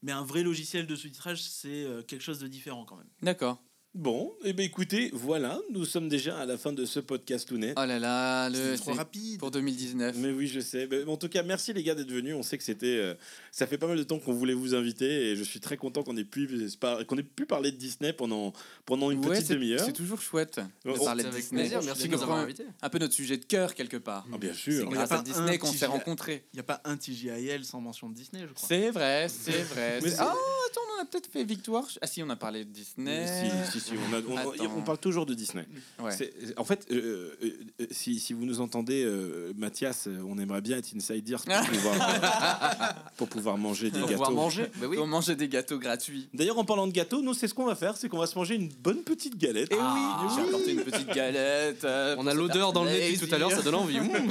[SPEAKER 4] mais un vrai logiciel de sous-titrage, c'est euh, quelque chose de différent quand même.
[SPEAKER 2] D'accord.
[SPEAKER 1] Bon, et ben écoutez, voilà, nous sommes déjà à la fin de ce podcast Tounet.
[SPEAKER 2] Oh là là, le,
[SPEAKER 4] C'est trop
[SPEAKER 2] c'est
[SPEAKER 4] rapide.
[SPEAKER 2] pour 2019.
[SPEAKER 1] Mais oui, je sais. Mais en tout cas, merci les gars d'être venus. On sait que c'était. euh, ça fait pas mal de temps qu'on voulait vous inviter et je suis très content qu'on ait, pu par- qu'on ait pu parler de Disney pendant, pendant une
[SPEAKER 2] Ouais,
[SPEAKER 1] petite
[SPEAKER 2] c'est-
[SPEAKER 1] demi-heure. Oh,
[SPEAKER 2] C'est toujours chouette de
[SPEAKER 1] On-
[SPEAKER 2] parler de
[SPEAKER 3] avec
[SPEAKER 2] Disney.
[SPEAKER 3] plaisir,
[SPEAKER 2] Je
[SPEAKER 3] merci
[SPEAKER 2] suis
[SPEAKER 3] de nous
[SPEAKER 2] d'accord.
[SPEAKER 3] avoir invités.
[SPEAKER 2] Un peu notre sujet de cœur quelque part.
[SPEAKER 1] Ah, bien
[SPEAKER 2] C'est
[SPEAKER 1] sûr.
[SPEAKER 4] On y a
[SPEAKER 2] grâce à
[SPEAKER 4] pas
[SPEAKER 2] Disney
[SPEAKER 4] un
[SPEAKER 2] qu'on
[SPEAKER 4] petit
[SPEAKER 2] s'est
[SPEAKER 4] gé-
[SPEAKER 2] rencontrés.
[SPEAKER 4] Il n'y a pas un TGIL sans mention de Disney, je crois.
[SPEAKER 2] C'est vrai, c'est vrai.
[SPEAKER 1] Mais
[SPEAKER 2] c'est-
[SPEAKER 1] c'est-
[SPEAKER 2] Ah, attends, on en a peut-être fait Victoire. Ah si, on a parlé de Disney.
[SPEAKER 1] Si, si, si, on, a- on- on-
[SPEAKER 2] Attends.
[SPEAKER 1] on parle toujours de Disney.
[SPEAKER 2] Ouais.
[SPEAKER 1] C'est- En fait, euh, euh, euh, si, si vous nous entendez, euh, Mathias, euh, on aimerait bien être insider pour pouvoir, pour pouvoir manger des
[SPEAKER 3] Pour pouvoir
[SPEAKER 1] gâteaux.
[SPEAKER 3] manger, bah oui.
[SPEAKER 2] On mangeait des gâteaux gratuits.
[SPEAKER 1] D'ailleurs, en parlant de gâteaux, nous, c'est ce qu'on va faire, c'est qu'on va se manger une bonne petite galette.
[SPEAKER 2] Ah,
[SPEAKER 3] oui,
[SPEAKER 2] j'ai
[SPEAKER 3] oui.
[SPEAKER 2] apporté une petite galette. euh,
[SPEAKER 3] On a
[SPEAKER 2] pour
[SPEAKER 3] l'odeur
[SPEAKER 2] se faire
[SPEAKER 3] dans le nez depuis tout à l'heure, ça
[SPEAKER 2] plaisir.
[SPEAKER 3] donne envie. Mmh.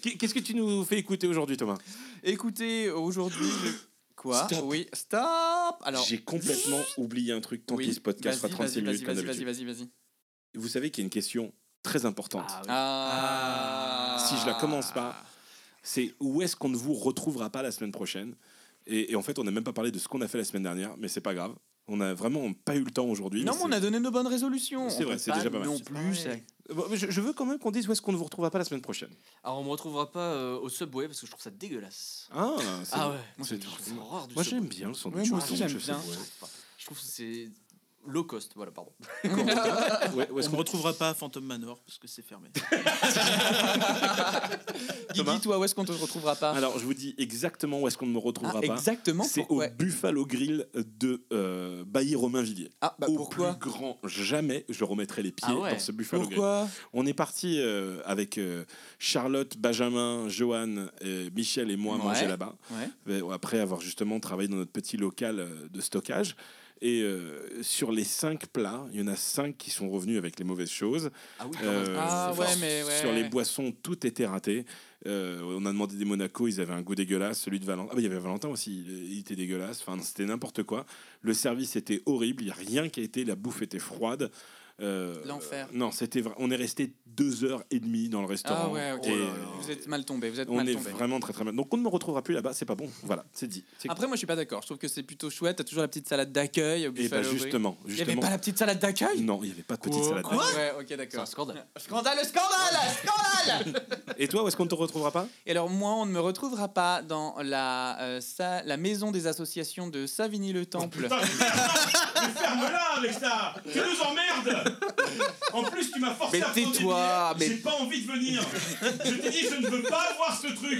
[SPEAKER 1] Qu'est- Qu'est-ce que tu nous fais écouter aujourd'hui, Thomas
[SPEAKER 2] Écoutez, aujourd'hui, je- quoi
[SPEAKER 1] Stop.
[SPEAKER 2] Oui, stop. Alors,
[SPEAKER 1] J'ai complètement oublié un truc, tant
[SPEAKER 2] oui,
[SPEAKER 1] pis, ce podcast fera
[SPEAKER 2] vas-y,
[SPEAKER 1] 36
[SPEAKER 2] vas-y,
[SPEAKER 1] minutes comme
[SPEAKER 2] Vas-y, vas-y,
[SPEAKER 1] d'habitude.
[SPEAKER 2] vas-y, vas-y.
[SPEAKER 1] Vous savez qu'il y a une question très importante.
[SPEAKER 3] Ah oui.
[SPEAKER 2] Ah.
[SPEAKER 1] Si je la commence pas, c'est où est-ce qu'on ne vous retrouvera pas la semaine prochaine et, et en fait, on n'a même pas parlé de ce qu'on a fait la semaine dernière, mais c'est pas grave. On n'a vraiment pas eu le temps aujourd'hui.
[SPEAKER 2] Non,
[SPEAKER 1] mais
[SPEAKER 2] mais on
[SPEAKER 1] c'est-
[SPEAKER 2] a donné nos bonnes résolutions.
[SPEAKER 1] C'est
[SPEAKER 2] On
[SPEAKER 1] vrai,
[SPEAKER 2] peut
[SPEAKER 1] c'est déjà pas mal.
[SPEAKER 2] Non
[SPEAKER 3] C'est
[SPEAKER 2] plus.
[SPEAKER 3] pareil.
[SPEAKER 1] Bon, mais je, je veux quand même qu'on dise où est-ce qu'on ne vous retrouvera pas la semaine prochaine.
[SPEAKER 3] Alors on me retrouvera pas euh, au Subway parce que je trouve ça dégueulasse.
[SPEAKER 1] Ah, c'est-
[SPEAKER 3] Ah ouais,
[SPEAKER 1] c'est tout.
[SPEAKER 3] j'ai horreur du
[SPEAKER 1] Moi
[SPEAKER 3] Subway.
[SPEAKER 1] j'aime bien le sandwich.
[SPEAKER 2] Ouais, moi
[SPEAKER 1] au
[SPEAKER 2] aussi,
[SPEAKER 1] thon,
[SPEAKER 2] j'aime
[SPEAKER 1] je sais
[SPEAKER 2] bien.
[SPEAKER 1] pas.
[SPEAKER 3] Enfin, Je trouve que c'est low cost, voilà, pardon.
[SPEAKER 1] Ouais, où est-ce
[SPEAKER 4] On ne
[SPEAKER 1] qu'on-
[SPEAKER 4] retrouvera pas Phantom Manor parce que c'est fermé.
[SPEAKER 1] Thomas
[SPEAKER 2] Guigui, toi, où est-ce qu'on te retrouvera pas
[SPEAKER 1] Alors je vous dis exactement où est-ce qu'on ne me Ah, retrouvera
[SPEAKER 2] Ah,
[SPEAKER 1] pas.
[SPEAKER 2] Exactement.
[SPEAKER 1] C'est au
[SPEAKER 2] pourquoi
[SPEAKER 1] Buffalo Grill de euh, Bailly-Romainvilliers.
[SPEAKER 2] Ah, bah
[SPEAKER 1] au
[SPEAKER 2] pourquoi
[SPEAKER 1] plus grand jamais, je remettrai les pieds
[SPEAKER 3] Ah ouais.
[SPEAKER 1] dans ce Buffalo Grill.
[SPEAKER 2] Pourquoi
[SPEAKER 1] On est parti euh, avec euh, Charlotte, Benjamin, Johan, euh, Michel et moi
[SPEAKER 2] Ouais.
[SPEAKER 1] manger là-bas.
[SPEAKER 2] Ouais.
[SPEAKER 1] Euh, Après avoir justement travaillé dans notre petit local euh, de stockage. Et euh, sur les cinq plats, il y en a cinq qui sont revenus avec les mauvaises choses.
[SPEAKER 3] Ah oui,
[SPEAKER 1] Euh,
[SPEAKER 3] quand même.
[SPEAKER 2] Ah
[SPEAKER 1] sur-
[SPEAKER 2] ouais, mais ouais,
[SPEAKER 1] Sur les
[SPEAKER 2] ouais.
[SPEAKER 1] boissons, tout était raté. Euh, on a demandé des Monaco, ils avaient un goût dégueulasse. Celui de Valentin, ah, bah, il y avait Valentin aussi, il il était dégueulasse. Enfin, c'était n'importe quoi. Le service était horrible, il n'y a rien qui a été, la bouffe était froide. Euh,
[SPEAKER 2] L'enfer.
[SPEAKER 1] euh, non, c'était vrai. On est resté deux heures et demie dans le restaurant.
[SPEAKER 2] Ah ouais, ok.
[SPEAKER 1] Et,
[SPEAKER 2] Vous êtes mal tombé, vous êtes
[SPEAKER 1] Oh on
[SPEAKER 2] mal
[SPEAKER 1] est
[SPEAKER 2] tombé.
[SPEAKER 1] vraiment très très mal. Donc on ne me retrouvera plus là-bas, c'est pas bon. Voilà, c'est dit. C'est-
[SPEAKER 2] Après, moi, je suis pas d'accord. Je trouve que c'est plutôt chouette. T'as toujours la petite salade d'accueil au
[SPEAKER 1] et bah
[SPEAKER 2] Buffalo Grill.
[SPEAKER 1] justement,
[SPEAKER 2] Il y avait
[SPEAKER 1] justement.
[SPEAKER 2] pas la petite salade d'accueil
[SPEAKER 1] Non, il n'y avait pas de petite salade.
[SPEAKER 2] Ah Ouais, ok,
[SPEAKER 3] C'est un
[SPEAKER 2] d'accord.
[SPEAKER 3] scandale.
[SPEAKER 2] Scandale, scandale, scandale
[SPEAKER 1] Et toi, où est-ce qu'on ne te retrouvera pas
[SPEAKER 2] Et alors, moi, on ne me retrouvera pas dans la, euh, sa- la maison des associations de Savigny-le-Temple.
[SPEAKER 5] Oh, Ferme-la avec ça Tu nous emmerdes En plus, tu m'as forcé
[SPEAKER 2] Mais
[SPEAKER 5] à prendre des
[SPEAKER 2] tais-toi,
[SPEAKER 5] billets.
[SPEAKER 2] mais-
[SPEAKER 5] J'ai pas envie de venir Je t'ai dit, je ne veux pas voir ce truc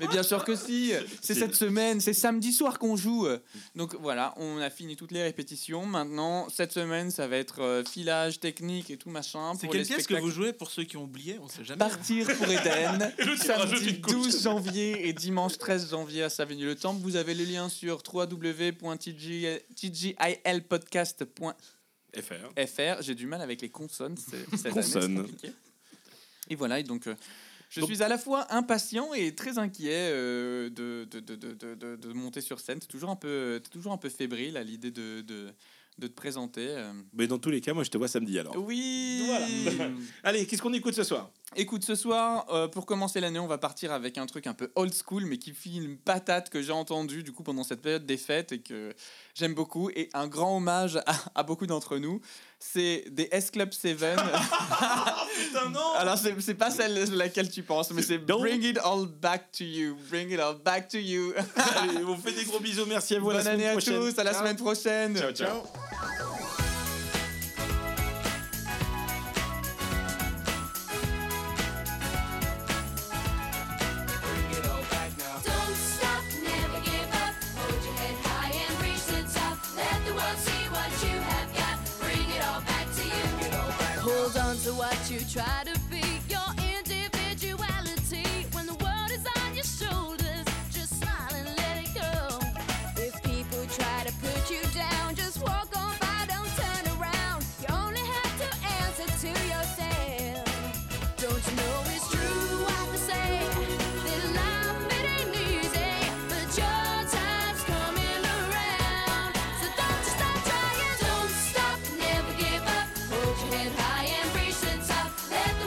[SPEAKER 2] Mais bien sûr que si C'est
[SPEAKER 1] C'est-
[SPEAKER 2] cette semaine, c'est samedi soir qu'on joue Donc voilà, on a fini toutes les répétitions. Maintenant, cette semaine, ça va être euh, filage, technique et tout machin.
[SPEAKER 4] C'est
[SPEAKER 2] pour les
[SPEAKER 4] quelle pièce que
[SPEAKER 2] spectacles.
[SPEAKER 4] vous jouez pour ceux qui ont oublié On sait jamais.
[SPEAKER 2] Partir pour Eden,
[SPEAKER 5] tu rajoutes
[SPEAKER 2] samedi
[SPEAKER 5] une couche.
[SPEAKER 2] 12 janvier et dimanche 13 janvier à Savigny-le-Temple. Vous avez les liens sur www.tgilpodcast.fr.
[SPEAKER 1] FR.
[SPEAKER 2] J'ai du mal avec les consonnes c'est- cette année, c'est
[SPEAKER 1] Consonnes.
[SPEAKER 2] compliqué. Et voilà, et donc euh, je
[SPEAKER 1] Donc-
[SPEAKER 2] suis à la fois impatient et très inquiet euh, de, de, de, de- de- de- de monter sur scène. T'es toujours un peu, t'es toujours un peu fébrile à l'idée de, de, de te présenter. euh.
[SPEAKER 1] Mais dans tous les cas, moi je te vois samedi
[SPEAKER 2] Oh.
[SPEAKER 1] alors.
[SPEAKER 2] Oui
[SPEAKER 1] Oh. Voilà. Allez, qu'est-ce qu'on écoute ce soir
[SPEAKER 2] Écoute, ce soir, euh, pour commencer l'année, on va partir avec un truc un peu old school, mais qui file une patate que j'ai entendue du coup pendant cette période des fêtes et que j'aime beaucoup. Et un grand hommage à, à beaucoup d'entre nous, c'est des S Club 7.
[SPEAKER 5] Putain, non
[SPEAKER 2] Alors, c'est c'est pas celle laquelle tu penses, mais c'est
[SPEAKER 1] Non.
[SPEAKER 2] Bring It All Back to You. Bring It All Back to You.
[SPEAKER 1] Allez, on fait des gros bisous, merci à vous. à la
[SPEAKER 2] Bonne
[SPEAKER 1] semaine
[SPEAKER 2] année à
[SPEAKER 1] prochaine.
[SPEAKER 2] tous, à la semaine prochaine.
[SPEAKER 1] Ciao, ciao.
[SPEAKER 6] Don't stop, never give up. Hold your head high and reach the top. Let the world see what you have got. Bring it all back to you. Hold on to what you try to be. Your individuality. When the world is on your shoulders, just smile and let it go. If people try to put you down, just walk on by, don't turn around. You only have to answer to yourself. Don't you know it's true what they say? That life it ain't easy, but your time's coming around. So don't you stop trying, don't stop, never give up. Hold your head high and reach the top. Let the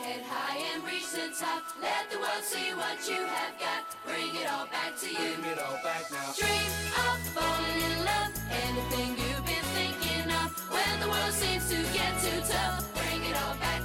[SPEAKER 6] and stop. Let the world see what you have got. Bring it all back to you. Bring it all back now. Dream of falling in love. Anything you've been thinking of. When the world seems to get too tough. Bring it all back